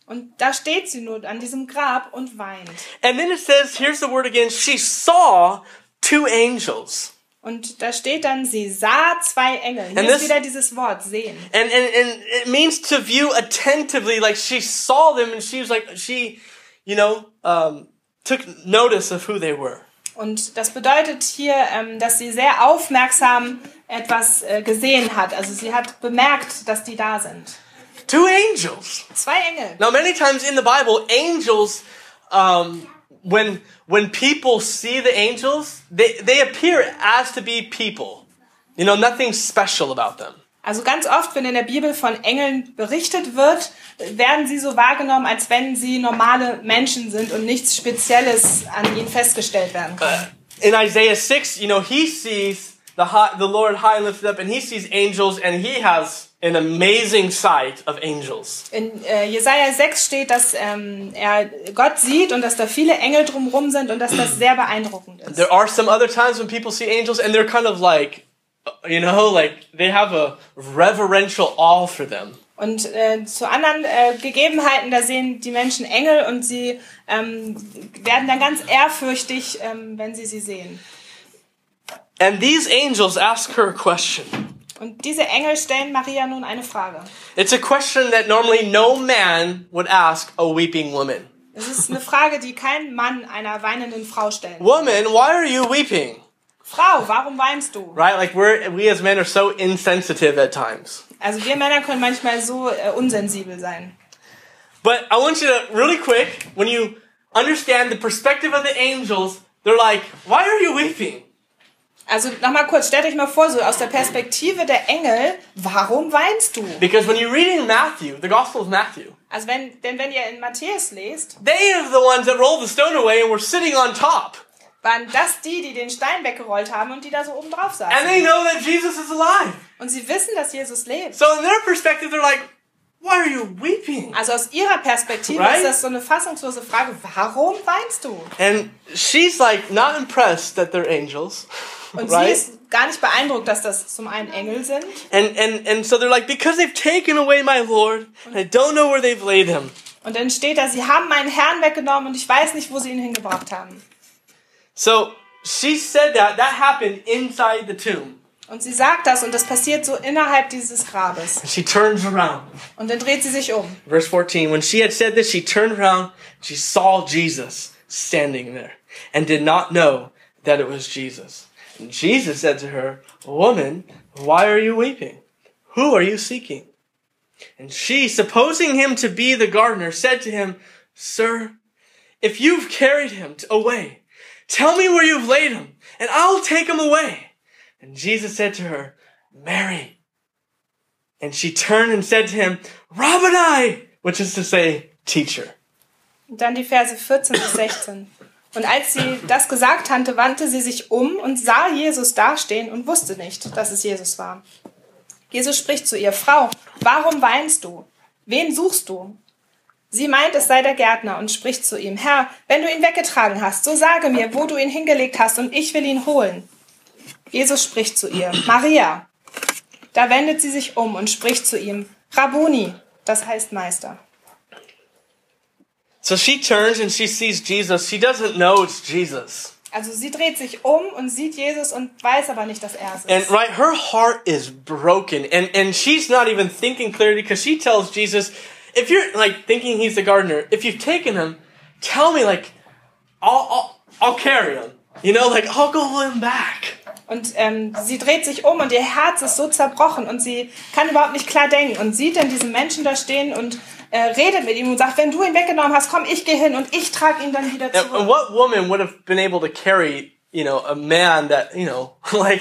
C: Und da steht sie nur an diesem Grab und weint.
B: And then it says, here's the word again, she saw two angels.
C: Und da steht dann, sie sah zwei Engel. Hier
B: And
C: ist
B: this-
C: wieder dieses Wort sehen.
B: And, and, and it means to view attentively, like she saw them and she was like, she, you know, um, took notice of who they were.
C: Und das bedeutet hier, ähm, dass sie sehr aufmerksam etwas äh, gesehen hat. Also sie hat bemerkt, dass die da sind.
B: Two angels.
C: Zwei Engel.
B: Now, many times in the Bible, angels, um, when, when people see the angels, they, they appear as to be people. You know, nothing special about them.
C: Also ganz oft, wenn in der Bibel von Engeln berichtet wird, werden sie so wahrgenommen, als wenn sie normale Menschen sind und nichts Spezielles an ihnen festgestellt werden kann.
B: in Isaiah 6, you know, he sees the, high, the Lord high and lifted up, and he sees angels, and he has an amazing sight of angels.
C: In äh, Jesaja 6 steht, dass ähm, er Gott sieht und dass da viele Engel drumherum sind und dass das sehr beeindruckend ist.
B: There are some other times when people see angels, and they're kind of like, you know, like they have a reverential awe for them.
C: Und äh, zu anderen äh, Gegebenheiten, da sehen die Menschen Engel und sie ähm, werden dann ganz ehrfürchtig, ähm, wenn sie sie sehen.
B: And these angels ask her a question.
C: Und diese Engel stellen Maria nun eine Frage.
B: It's a question that normally no man would ask a weeping woman.
C: Das ist eine Frage, die kein Mann einer weinenden Frau stellt.
B: Woman, why are you weeping?
C: Frau, warum weinst du?
B: Right? Like we're we as men are so insensitive at times.
C: Also wir Männer können manchmal so äh, unsensibel sein.
B: But I want you to really quick, when you understand the perspective of the angels, they're like, "Why are you weeping?"
C: Also nochmal kurz, stellt euch mal vor, so aus der Perspektive der Engel, warum weinst du?
B: Because when you read in Matthew, the Gospel of Matthew,
C: Also wenn, denn wenn ihr in Matthäus lest,
B: they are the ones that rolled the stone away and were sitting on top,
C: waren das die, die den Stein weggerollt haben und die da so oben drauf saßen.
B: and they know that Jesus is alive.
C: Und sie wissen, dass Jesus lebt.
B: So in their perspective, they're like, "Why are you weeping?"
C: Also aus ihrer Perspektive
B: Right?
C: ist das so eine fassungslose Frage. Warum weinst du?
B: And she's like, not impressed that they're angels,
C: Und sie
B: right?
C: ist gar nicht beeindruckt, dass das zum einen Engel sind.
B: And and and so they're like, "Because they've taken away my Lord, and I don't know where they've laid him."
C: Und dann steht da, sie haben meinen Herrn weggenommen und ich weiß nicht, wo sie ihn hingebracht haben.
B: So she said that. That happened inside the tomb.
C: Und sie sagt das und das passiert so innerhalb dieses Grabes.
B: She turns around.
C: Und dann dreht sie sich um.
B: Verse 14. When she had said this, she turned around. She saw Jesus standing there and did not know that it was Jesus. And Jesus said to her, Woman, why are you weeping? Who are you seeking? And she, supposing him to be the gardener, said to him, Sir, if you've carried him t- away, tell me where you've laid him, and I'll take him away. And Jesus said to her, Mary. And she turned and said to him, Rabboni, which is to say, teacher.
C: Und dann die Verse 14 bis 16. Und als sie das gesagt hatte, wandte sie sich um und sah Jesus dastehen und wusste nicht, dass es Jesus war. Jesus spricht zu ihr, Frau, warum weinst du? Wen suchst du? Sie meint, es sei der Gärtner und spricht zu ihm, Herr, wenn du ihn weggetragen hast, so sage mir, wo du ihn hingelegt hast und ich will ihn holen. Jesus spricht zu ihr, Maria. Da wendet sie sich um und spricht zu ihm, Rabuni, das heißt Meister.
B: So she turns and she sees Jesus. She doesn't know it's Jesus.
C: Also sie dreht sich um und sieht Jesus und weiß aber nicht, dass er es
B: And
C: ist.
B: right, her heart is broken. And, and she's not even thinking clearly because she tells Jesus, if you're like thinking he's the gardener, if you've taken him, tell me, like, I'll, I'll, I'll carry him. You know, like, I'll go him back.
C: Und ähm, sie dreht sich um und ihr Herz ist so zerbrochen und sie kann überhaupt nicht klar denken und sieht dann diesen Menschen da stehen und äh, redet mit ihm und sagt, wenn du ihn weggenommen hast, komm, ich gehe hin und ich trage ihn dann wieder
B: And,
C: zurück.
B: and what woman would have been able to carry, you know, a man that, you know, like,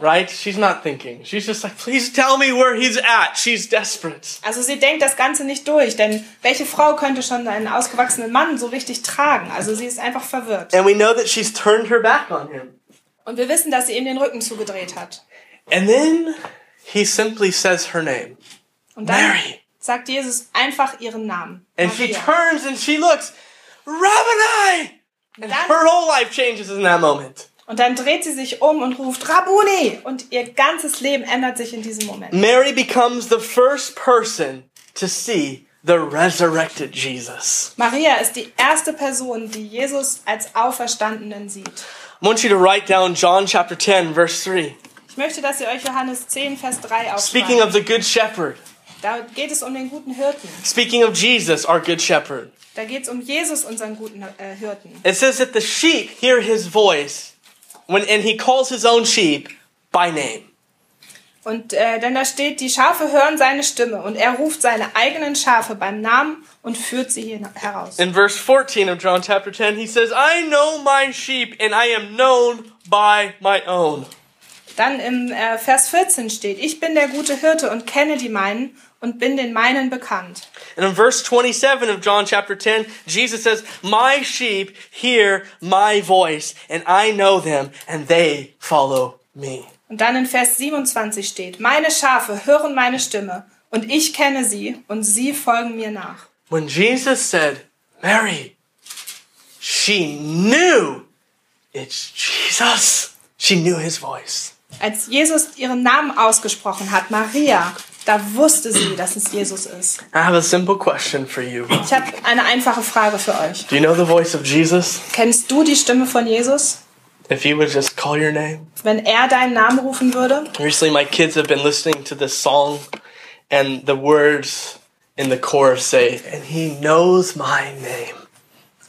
B: right? She's not thinking. She's just like, please tell me where he's at. She's desperate.
C: Also sie denkt das Ganze nicht durch, denn welche Frau könnte schon einen ausgewachsenen Mann so richtig tragen? Also sie ist einfach verwirrt.
B: And we know that she's turned her back on him.
C: Und wir wissen, dass sie ihm den Rücken zugedreht hat.
B: And then he simply says her name.
C: Und dann
B: Mary.
C: sagt Jesus einfach ihren Namen.
B: And she
C: Maria.
B: turns and she looks, Rabboni! And
C: That-
B: her whole life changes in that moment.
C: Und dann dreht sie sich um und ruft Rabuni. Und ihr ganzes Leben ändert sich in diesem Moment.
B: Mary becomes the first person to see the resurrected Jesus.
C: Maria ist die erste Person, die Jesus als Auferstandenen sieht.
B: I want you to write down John chapter 10, verse 3.
C: Ich möchte, dass ihr euch Johannes 10, Vers 3
B: Speaking
C: aufschreibt.
B: of the Good Shepherd,
C: Da geht es um den guten Hirten.
B: speaking of Jesus, our Good Shepherd,
C: Da geht es um Jesus, unseren guten äh, Hirten.
B: it says that the sheep hear his voice when, and he calls his own sheep by name.
C: Und äh, denn da steht, die Schafe hören seine Stimme und er ruft seine eigenen Schafe beim Namen und führt sie hier heraus.
B: In verse 14 of John chapter 10, he says, I know my sheep and I am known by my own.
C: Dann im äh, Vers 14 steht, ich bin der gute Hirte und kenne die meinen und bin den meinen bekannt.
B: And in verse 27 of John chapter 10, Jesus says, My sheep hear my voice, and I know them, and they follow me.
C: Und dann in Vers 27 steht, meine Schafe hören meine Stimme und ich kenne sie und sie folgen mir nach.
B: When Jesus said, Mary, she knew it's Jesus. She knew his voice.
C: Als Jesus ihren Namen ausgesprochen hat, Maria, da wusste sie, dass es Jesus ist.
B: I have a simple question for you.
C: Ich habe eine einfache Frage für euch.
B: Do you know the voice of Jesus?
C: Kennst du die Stimme von Jesus?
B: If you would just call your name.
C: Wenn er deinen Namen rufen würde?
B: Recently, my kids have been listening to this song, and the words in the chorus say, And he knows my name.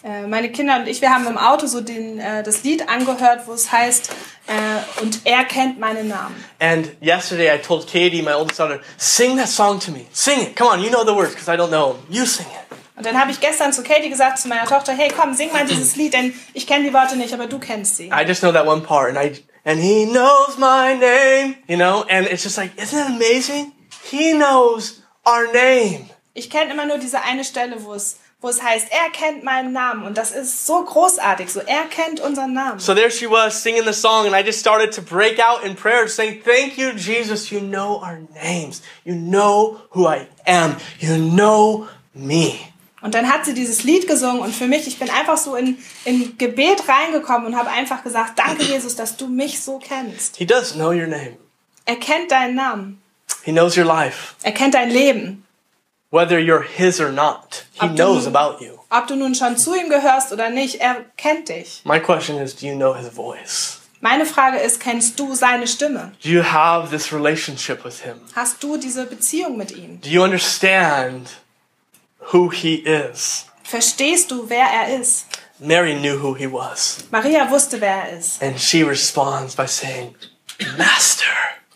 C: Äh, Meine Kinder und ich, wir haben im Auto so den, äh, das Lied angehört, wo es heißt, äh, und er kennt meinen Namen.
B: And yesterday, I told Katie, my oldest daughter, Sing that song to me. Sing it. Come on, you know the words because I don't know them. You sing it.
C: Und dann habe ich gestern zu Katie gesagt, zu meiner Tochter, hey komm, sing mal dieses Lied, denn ich kenne die Worte nicht, aber du kennst sie.
B: I just know that one part, and I. And he knows my name, you know, and it's just like, isn't that amazing? He knows our name.
C: Ich kenne immer nur diese eine Stelle, wo es, wo es heißt, er kennt meinen Namen. Und das ist so großartig, so er kennt unseren Namen.
B: So there she was singing the song, and I just started to break out in prayer, saying, Thank you, Jesus. You know our names. You know who I am. You know me.
C: Und dann hat sie dieses Lied gesungen und für mich, ich bin einfach so in, in Gebet reingekommen und habe einfach gesagt, danke Jesus, dass du mich so kennst.
B: He does know your name,
C: Er kennt deinen Namen.
B: He knows your life,
C: Er kennt dein Leben.
B: whether you're His or not. He
C: Absolutely.
B: knows about you.
C: Ob du nun schon zu ihm gehörst oder nicht, er kennt dich.
B: My question is Do you know His voice?
C: Meine Frage ist, kennst du seine Stimme?
B: Do you have this relationship with Him?
C: Hast du diese Beziehung mit ihm?
B: Do you understand who He is?
C: Verstehst du, wer er ist?
B: Mary knew who He was,
C: Maria wusste, wer er ist.
B: and she responds by saying, Master.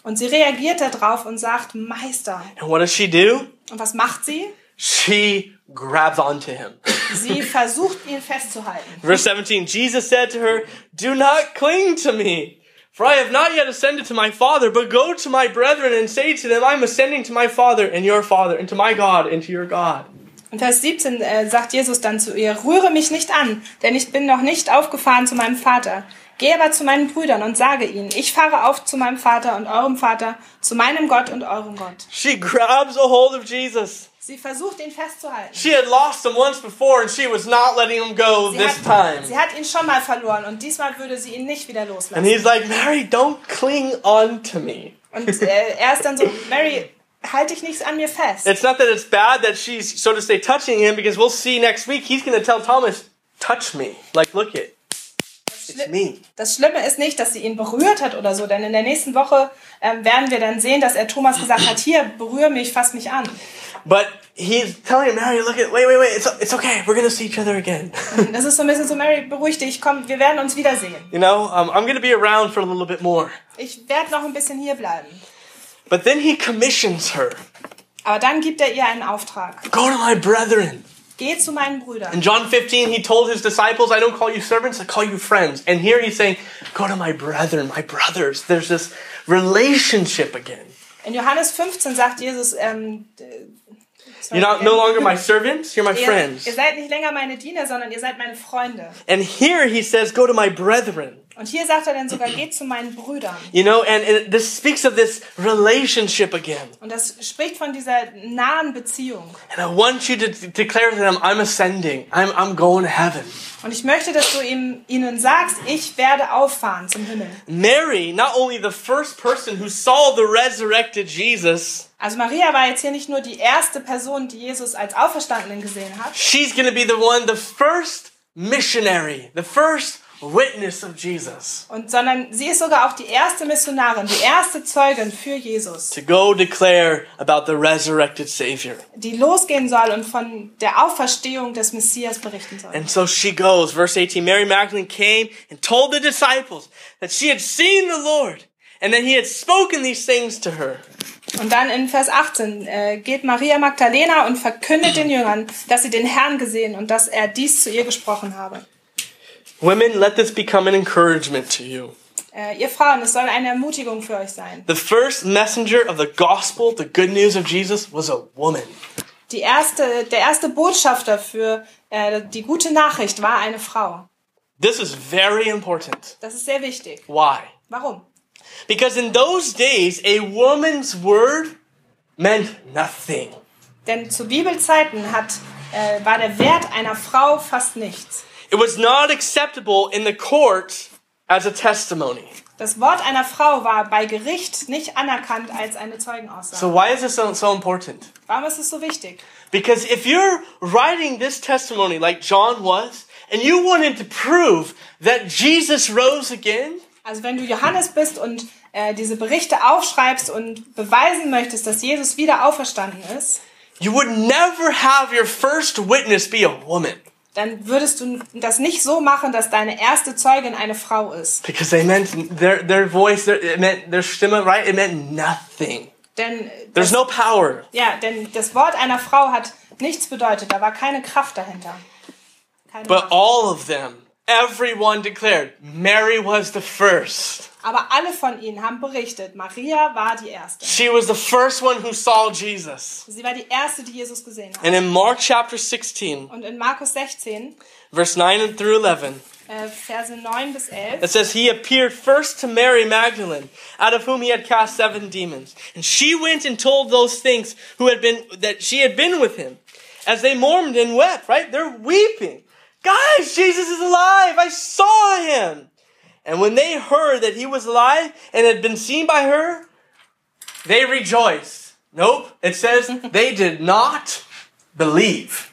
C: Und sie reagiert darauf und sagt, Meister.
B: And what does she do?
C: Und was macht sie?
B: she grabs onto him.
C: Sie versucht, ihn festzuhalten.
B: Verse 17 Jesus said to her, Do not cling to me, for I have not yet ascended to my Father, but go to my brethren and say to them, I'm ascending to my Father and your Father, and to my God and to your God.
C: Und Vers 17 äh, sagt Jesus dann zu ihr, rühre mich nicht an, denn ich bin noch nicht aufgefahren zu meinem Vater. Geh aber zu meinen Brüdern und sage ihnen, ich fahre auf zu meinem Vater und eurem Vater, zu meinem Gott und eurem Gott.
B: She grabs a hold of Jesus.
C: Sie versucht, ihn festzuhalten.
B: She had lost him once before, and she was not letting him go
C: Sie
B: this
C: hat,
B: time.
C: sie hat ihn schon mal verloren und diesmal würde sie ihn nicht wieder
B: And
C: loslassen.
B: he's like, Mary, don't cling on to me.
C: Und äh, er ist dann so, Mary, halte dich nicht an mir fest.
B: It's not that it's bad that she's, so to say, touching him, because we'll see next week, he's going to tell Thomas, touch me. Like, look it. It's me.
C: Das Schlimme ist nicht, dass sie ihn berührt hat oder so, denn in der nächsten Woche ähm, werden wir dann sehen, dass er Thomas gesagt hat, hier, berühre mich, fass mich an.
B: But he's telling Mary, look at, wait, wait, wait, it's, it's okay. We're going to see each other again.
C: Das ist so ein bisschen so, Mary, beruhig dich, komm, wir werden uns wiedersehen.
B: you know, um, I'm going to be around for a little bit more.
C: Ich werde noch ein bisschen hier bleiben.
B: But then he commissions her
C: Aber dann gibt er ihr einen Auftrag.
B: go to my brethren.
C: Geh zu meinen
B: In
C: Brüdern.
B: John 15, he told his disciples, I don't call you servants, I call you friends. And here he's saying, go to my brethren, my brothers. There's this relationship again.
C: In Johannes 15 sagt Jesus, ähm, äh, sorry, ähm,
B: You're not no longer my servants, you're my
C: ihr,
B: friends.
C: ihr seid nicht länger meine Diener, sondern ihr seid meine Freunde.
B: And here he says, go to my brethren.
C: Und hier sagt er dann sogar, geht zu meinen Brüdern.
B: You know, and, and this speaks of this relationship again.
C: Und das spricht von dieser nahen Beziehung.
B: And I want you to d- declare to them, I'm ascending. I'm, I'm going to heaven.
C: Und ich möchte, dass du ihm, ihnen sagst, ich werde auffahren zum Himmel.
B: Mary, not only the first person who saw the resurrected Jesus,
C: Also Maria war jetzt hier nicht nur die erste Person, die Jesus als Auferstandenen gesehen hat,
B: she's going to be the one, the first missionary, the first witness of Jesus
C: und, sondern sie ist sogar auch die erste Missionarin, die erste Zeugin für Jesus,
B: to go declare about the resurrected Savior.
C: die losgehen soll und von der Auferstehung des Messias berichten soll.
B: And so she goes. Verse 18 Mary Magdalene came and told the disciples that she had seen the Lord and that he had spoken these things to her.
C: Und dann in Vers 18 äh, geht Maria Magdalena und verkündet den Jüngern, dass sie den Herrn gesehen und dass er dies zu ihr gesprochen habe.
B: Women, let this become an encouragement to you.
C: Äh, ihr Frauen, es soll eine Ermutigung für euch sein.
B: The first messenger of the gospel, the good news of Jesus, was a woman.
C: Die erste, der erste Botschafter für äh, die gute Nachricht war eine Frau.
B: This is very important.
C: Das ist sehr wichtig.
B: Why?
C: Warum?
B: Because in those days, a woman's word meant nothing.
C: Denn zu Bibelzeiten hat, äh, war der Wert einer Frau fast nichts.
B: It was not acceptable in the court as a testimony.
C: Das Wort einer Frau war bei Gericht nicht anerkannt als eine Zeugenaussage.
B: So, why is this so, so important?
C: Warum ist es so wichtig?
B: Because if you're writing this testimony like John was, and you wanted to prove that Jesus rose again,
C: Also wenn du Johannes bist und äh, diese Berichte aufschreibst und beweisen möchtest, dass Jesus wieder auferstanden ist,
B: you would never have your first witness be a woman
C: dann würdest du das nicht so machen, dass deine erste Zeugin eine Frau ist.
B: because they meant their their voice, their, it meant their stimme, right? It meant nothing.
C: Denn
B: There's no power.
C: Ja, denn das Wort einer Frau hat nichts bedeutet. Da war keine Kraft dahinter. Keine
B: But
C: Kraft.
B: all of them, everyone declared Mary was the first.
C: Aber alle von ihnen haben berichtet, Maria war die Erste.
B: She was the first one who saw Jesus.
C: Sie war die Erste, die Jesus gesehen hat.
B: And in Mark chapter 16,
C: Und in Markus 16,
B: verse 9 and through 11,
C: äh, Verse 9 bis 11,
B: It says, He appeared first to Mary Magdalene, out of whom he had cast seven demons. And she went and told those things who had been, that she had been with him. As they mourned and wept, right? They're weeping. Guys, Jesus is alive! I saw him! And when they heard that he was alive and had been seen by her, they rejoiced. Nope, it says they did not believe.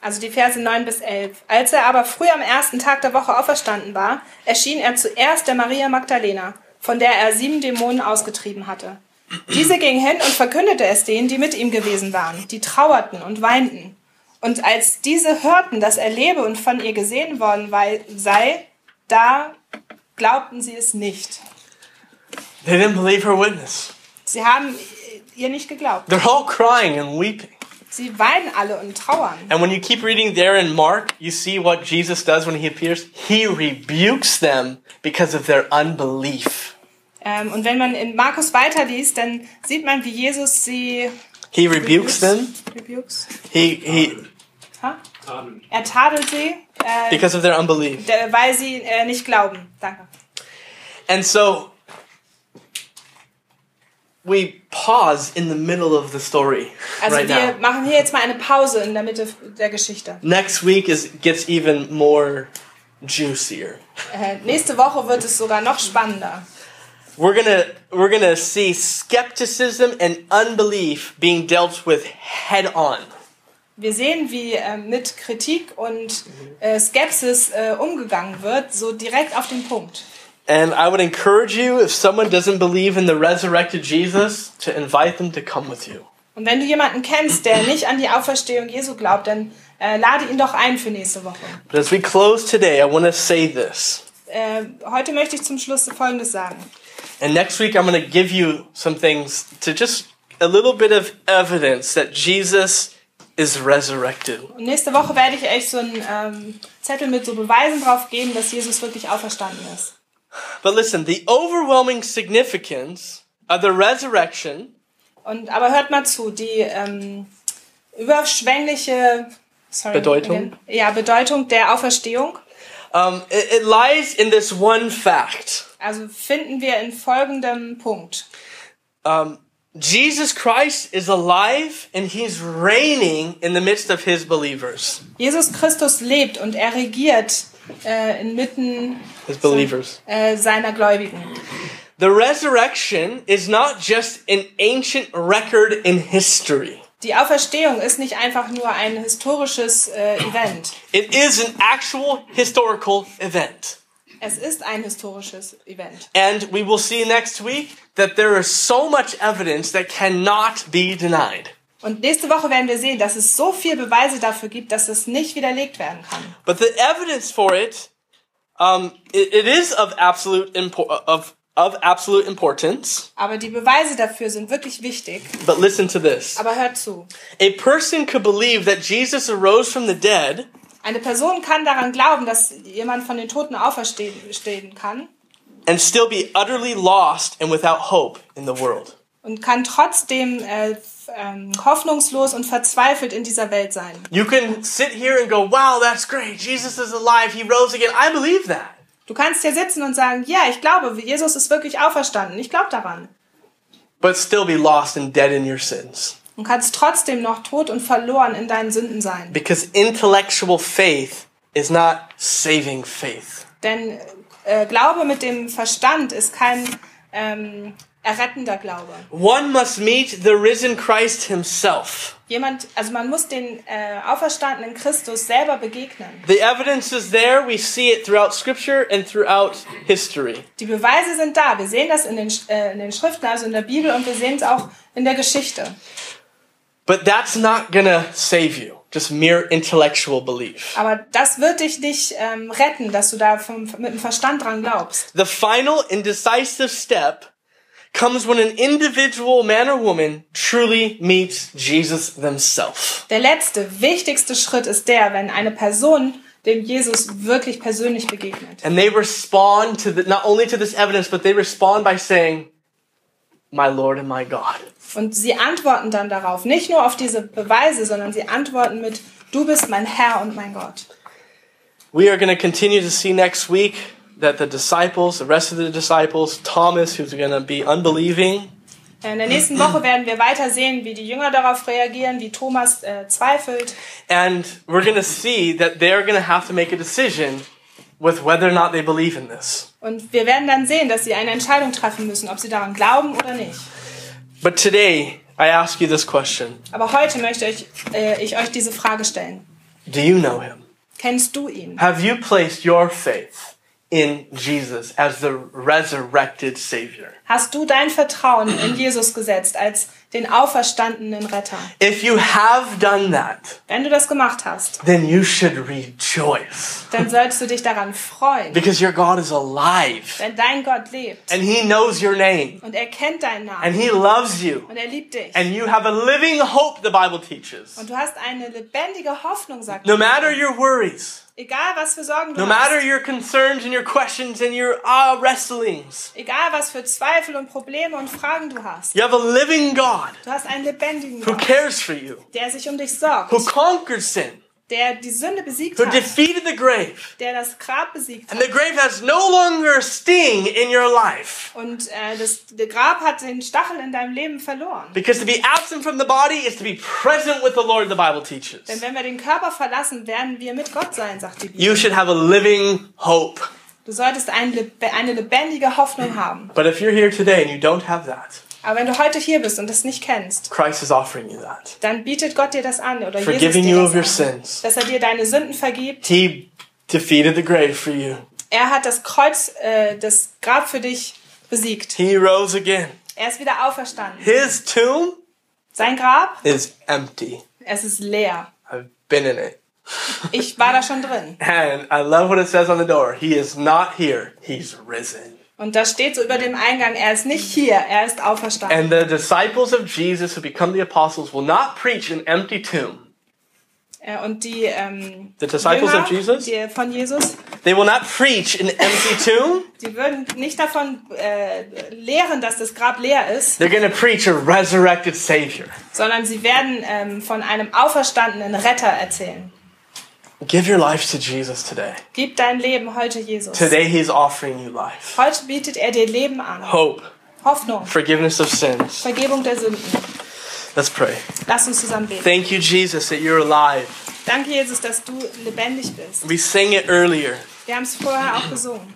C: also die Verse 9 bis 11. Als er aber früh am ersten Tag der Woche auferstanden war, erschien er zuerst der Maria Magdalena, von der er sieben Dämonen ausgetrieben hatte. Diese ging hin und verkündete es denen, die mit ihm gewesen waren, die trauerten und weinten. Und als diese hörten, dass er lebe und von ihr gesehen worden wei- sei, da glaubten sie es nicht.
B: They didn't believe her witness.
C: Sie haben ihr nicht geglaubt.
B: They're all crying and weeping.
C: Sie weinen alle und trauern.
B: And when you keep reading there in Mark, you see what Jesus does when he appears. He rebukes them because of their unbelief.
C: Ähm, und wenn man in Markus weiterliest, dann sieht man, wie Jesus sie
B: He rebukes them.
C: rebukes.
B: He he
C: Ha? Er tadelt sie, äh,
B: because of their unbelief.
C: d- weil sie äh, nicht glauben. Danke.
B: And so we pause in the middle of the story
C: Also
B: right
C: wir
B: now.
C: machen hier jetzt mal eine Pause in der Mitte der Geschichte.
B: Next week is gets even more juicier.
C: Äh, nächste Woche wird es sogar noch spannender.
B: We're gonna we're gonna see skepticism and unbelief being dealt with head on.
C: Wir sehen, wie äh, mit Kritik und äh, Skepsis äh, umgegangen wird, so direkt auf den Punkt.
B: And I would encourage you, if someone doesn't believe in the resurrected Jesus, to invite them to come with you.
C: Und wenn du jemanden kennst, der nicht an die Auferstehung Jesu glaubt, dann äh, lade ihn doch ein für nächste Woche.
B: But as we close today, I want to say this.
C: Äh, heute möchte ich zum Schluss Folgendes sagen.
B: And next week, I'm going to give you some things to just a little bit of evidence that Jesus is resurrected.
C: Und nächste Woche werde ich euch so einen ähm, Zettel mit so Beweisen drauf geben, dass Jesus wirklich auferstanden ist.
B: But listen, the overwhelming significance of the resurrection
C: Und aber hört mal zu, die ähm, überschwängliche sorry,
B: Bedeutung?
C: ja Bedeutung der Auferstehung,
B: um, it, it lies in this one fact
C: also finden wir in folgendem Punkt.
B: um, Jesus Christ is alive and he's reigning in the midst of his believers.
C: Jesus Christus lebt und er regiert äh, inmitten
B: His believers.
C: äh, seiner Gläubigen.
B: The resurrection is not just an ancient record in history.
C: Die Auferstehung ist nicht einfach nur ein historisches äh, Event.
B: It is an actual historical event.
C: Es ist ein historisches Event.
B: And we will see next week that there is so much evidence that cannot be denied.
C: Und nächste Woche werden wir sehen, dass es so viel Beweise dafür gibt, dass es nicht widerlegt werden kann.
B: But the evidence for it, um, it, it is of absolute impo- of of absolute importance.
C: Aber die Beweise dafür sind wirklich wichtig.
B: But listen to this:
C: Aber hört zu.
B: a person could believe that Jesus arose from the dead
C: Eine Person kann daran glauben, dass jemand von den Toten auferstehen stehen kann
B: and still be utterly lost and without hope in the world.
C: und kann trotzdem äh, f- ähm, hoffnungslos und verzweifelt in dieser Welt sein.
B: You can sit here and go, "Wow, that's great! Jesus is alive. He rose again. I believe that."
C: Du kannst hier sitzen und sagen, ja, ich glaube, Jesus ist wirklich auferstanden. Ich glaube daran.
B: But still be lost and dead in your sins
C: Und kannst trotzdem noch tot und verloren in deinen Sünden sein.
B: because intellectual faith is not saving faith.
C: Denn äh, Glaube mit dem Verstand ist kein ähm, errettender Glaube.
B: One must meet the risen Christ himself.
C: Jemand, also man muss den äh, auferstandenen Christus selber begegnen.
B: The evidence is there. We see it throughout Scripture and throughout history.
C: Die Beweise sind da. Wir sehen das in den, Sch- äh, in den Schriften, also in der Bibel und wir sehen es auch in der Geschichte.
B: But that's not going to save you, just mere intellectual belief.
C: Aber das wird dich nicht ähm, retten, dass du da vom, mit dem Verstand dran glaubst.
B: The final and decisive step comes when an individual man or woman truly meets Jesus themselves.
C: Der letzte, wichtigste Schritt ist der, wenn eine Person dem Jesus wirklich persönlich begegnet.
B: And they respond to the, not only to this evidence, but they respond by saying, My Lord and my God.
C: Und sie antworten dann darauf, nicht nur auf diese Beweise, sondern sie antworten mit, du bist mein Herr und mein Gott.
B: We are going to continue to see next week that the disciples, the rest of the disciples, Thomas, who's going to be unbelieving,
C: Äh, In der nächsten Woche werden wir weiter sehen, wie die Jünger darauf reagieren, wie Thomas äh, zweifelt.
B: and we're going to see that they're going to have to make a decision with whether or not they believe in this.
C: Und wir werden dann sehen, dass sie eine Entscheidung treffen müssen, ob sie daran glauben oder nicht.
B: But today, I ask you this question
C: Aber heute möchte ich, äh, ich euch diese Frage stellen.
B: Do you know him?
C: Kennst du ihn?
B: Have you placed your faith in Jesus as the resurrected Savior?
C: Hast du dein Vertrauen in Jesus gesetzt als den auferstandenen Retter?
B: If you have done that,
C: Wenn du das gemacht hast,
B: then you should rejoice
C: dann sollst du dich daran freuen,
B: because your God is alive
C: denn dein Gott lebt
B: and he knows your name.
C: und er kennt deinen
B: and
C: Namen
B: he loves you
C: und er liebt dich.
B: and you have a living hope the bible teaches
C: Und du hast eine lebendige Hoffnung, sagt
B: no
C: die Bibel.
B: matter your worries
C: Egal was für Sorgen du
B: no
C: hast.
B: matter your concerns and your questions and your ah wrestlings
C: Egal was für Zweifel und Probleme und Fragen du hast,
B: you have a living god
C: du hast einen lebendigen
B: who
C: Gott,
B: cares for you
C: der sich um dich sorgt,
B: who conquered sin
C: der die Sünde besiegt
B: who
C: hat,
B: defeated the grave
C: der das Grab besiegt
B: and
C: hat.
B: the grave has no longer a sting in your life
C: Und äh, das, der Grab hat den Stachel in deinem Leben verloren.
B: because to be absent from the body is to be present with the lord the bible
C: Denn
B: teaches
C: wenn wir den Körper verlassen, werden wir mit Gott sein, sagt die
B: you
C: Bibel.
B: should have a living hope
C: Du solltest ein, lebe- eine lebendige Hoffnung haben.
B: but if you're here today and you don't have that
C: Aber wenn du heute hier bist und das nicht kennst,
B: christ is offering you that
C: dann bietet Gott dir das an oder Jesus
B: forgiving you
C: dir
B: of your
C: das an,
B: sins
C: dass er dir deine Sünden vergibt.
B: He defeated the grave for you.
C: Er hat das Kreuz, äh, das Grab für dich besiegt.
B: He rose again.
C: Er ist wieder auferstanden.
B: His tomb
C: Sein Grab,
B: is empty.
C: es ist leer.
B: I've been in it.
C: Ich war da schon drin.
B: And I love what it says on the door. He is not here. He's risen.
C: Und da steht so über dem Eingang, er ist nicht hier, er ist auferstanden.
B: And the disciples of Jesus who become the apostles will not preach an empty tomb.
C: Äh, Und die ähm,
B: The disciples
C: Jünger
B: of Jesus?
C: Die, von Jesus,
B: They will not preach an empty tomb.
C: die würden nicht davon äh, lehren, dass das Grab leer ist,
B: They're going to preach a resurrected Savior.
C: sondern sie werden ähm, von einem auferstandenen Retter erzählen.
B: Give your life to Jesus today.
C: Gib dein Leben heute Jesus.
B: Today He's offering you life,
C: Heute bietet er dir Leben an.
B: hope,
C: Hoffnung,
B: forgiveness of sins.
C: Vergebung der Sünden.
B: Let's pray.
C: Lass uns zusammen beten.
B: Thank you, Jesus, that you're alive.
C: Danke, Jesus, dass du lebendig bist.
B: We sang it earlier.
C: Wir haben es vorher auch gesungen.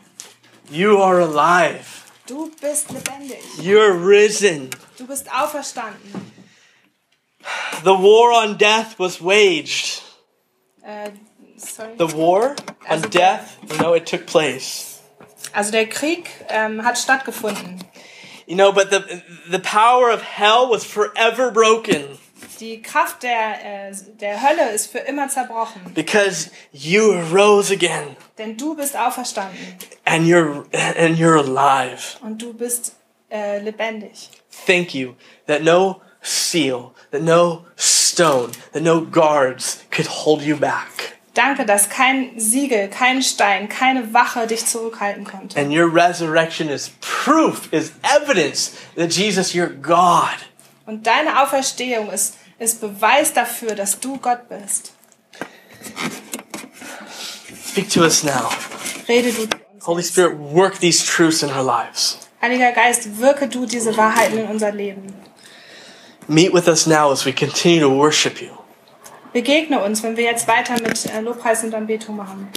B: You are alive.
C: Du bist lebendig.
B: You're risen.
C: Du bist auferstanden.
B: The war on death was waged.
C: Äh, sorry.
B: The war on
C: As a-
B: death, you know, it took place.
C: Also der Krieg ähm, hat stattgefunden.
B: You know, but the the power of hell was forever broken
C: Die Kraft der, äh, der Hölle ist für immer zerbrochen.
B: because you arose again
C: Denn du bist auferstanden
B: and you're and you're alive.
C: und du bist äh, lebendig.
B: Thank you that no seal, that no stone, that no guards could hold you back.
C: Danke, dass kein Siegel, kein Stein, keine Wache dich zurückhalten konnte.
B: And your resurrection is proof, is evidence that Jesus, you're God.
C: Und deine Auferstehung ist, ist Beweis dafür, dass du Gott bist.
B: Speak to us now.
C: Rede du zu uns.
B: Holy Spirit, work these truths in our lives.
C: Heiliger Geist, wirke du diese Wahrheiten in unser Leben.
B: Meet with us now as we continue to worship you.
C: Begegne uns, wenn wir jetzt weiter mit äh, Lobpreis und Anbetung machen.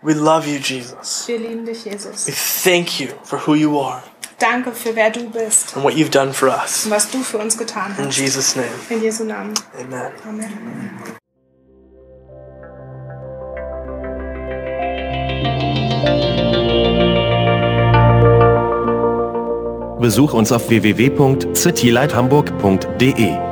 B: We love you, Jesus.
C: Wir lieben dich, Jesus.
B: We thank you for who you are
C: Danke für wer du bist
B: and what you've done for us.
C: und was du für uns getan
B: In
C: hast.
B: Jesus' name,
C: In Jesu Namen.
B: amen.
C: Amen.
A: e. Besuch uns auf www.citylighthamburg.de.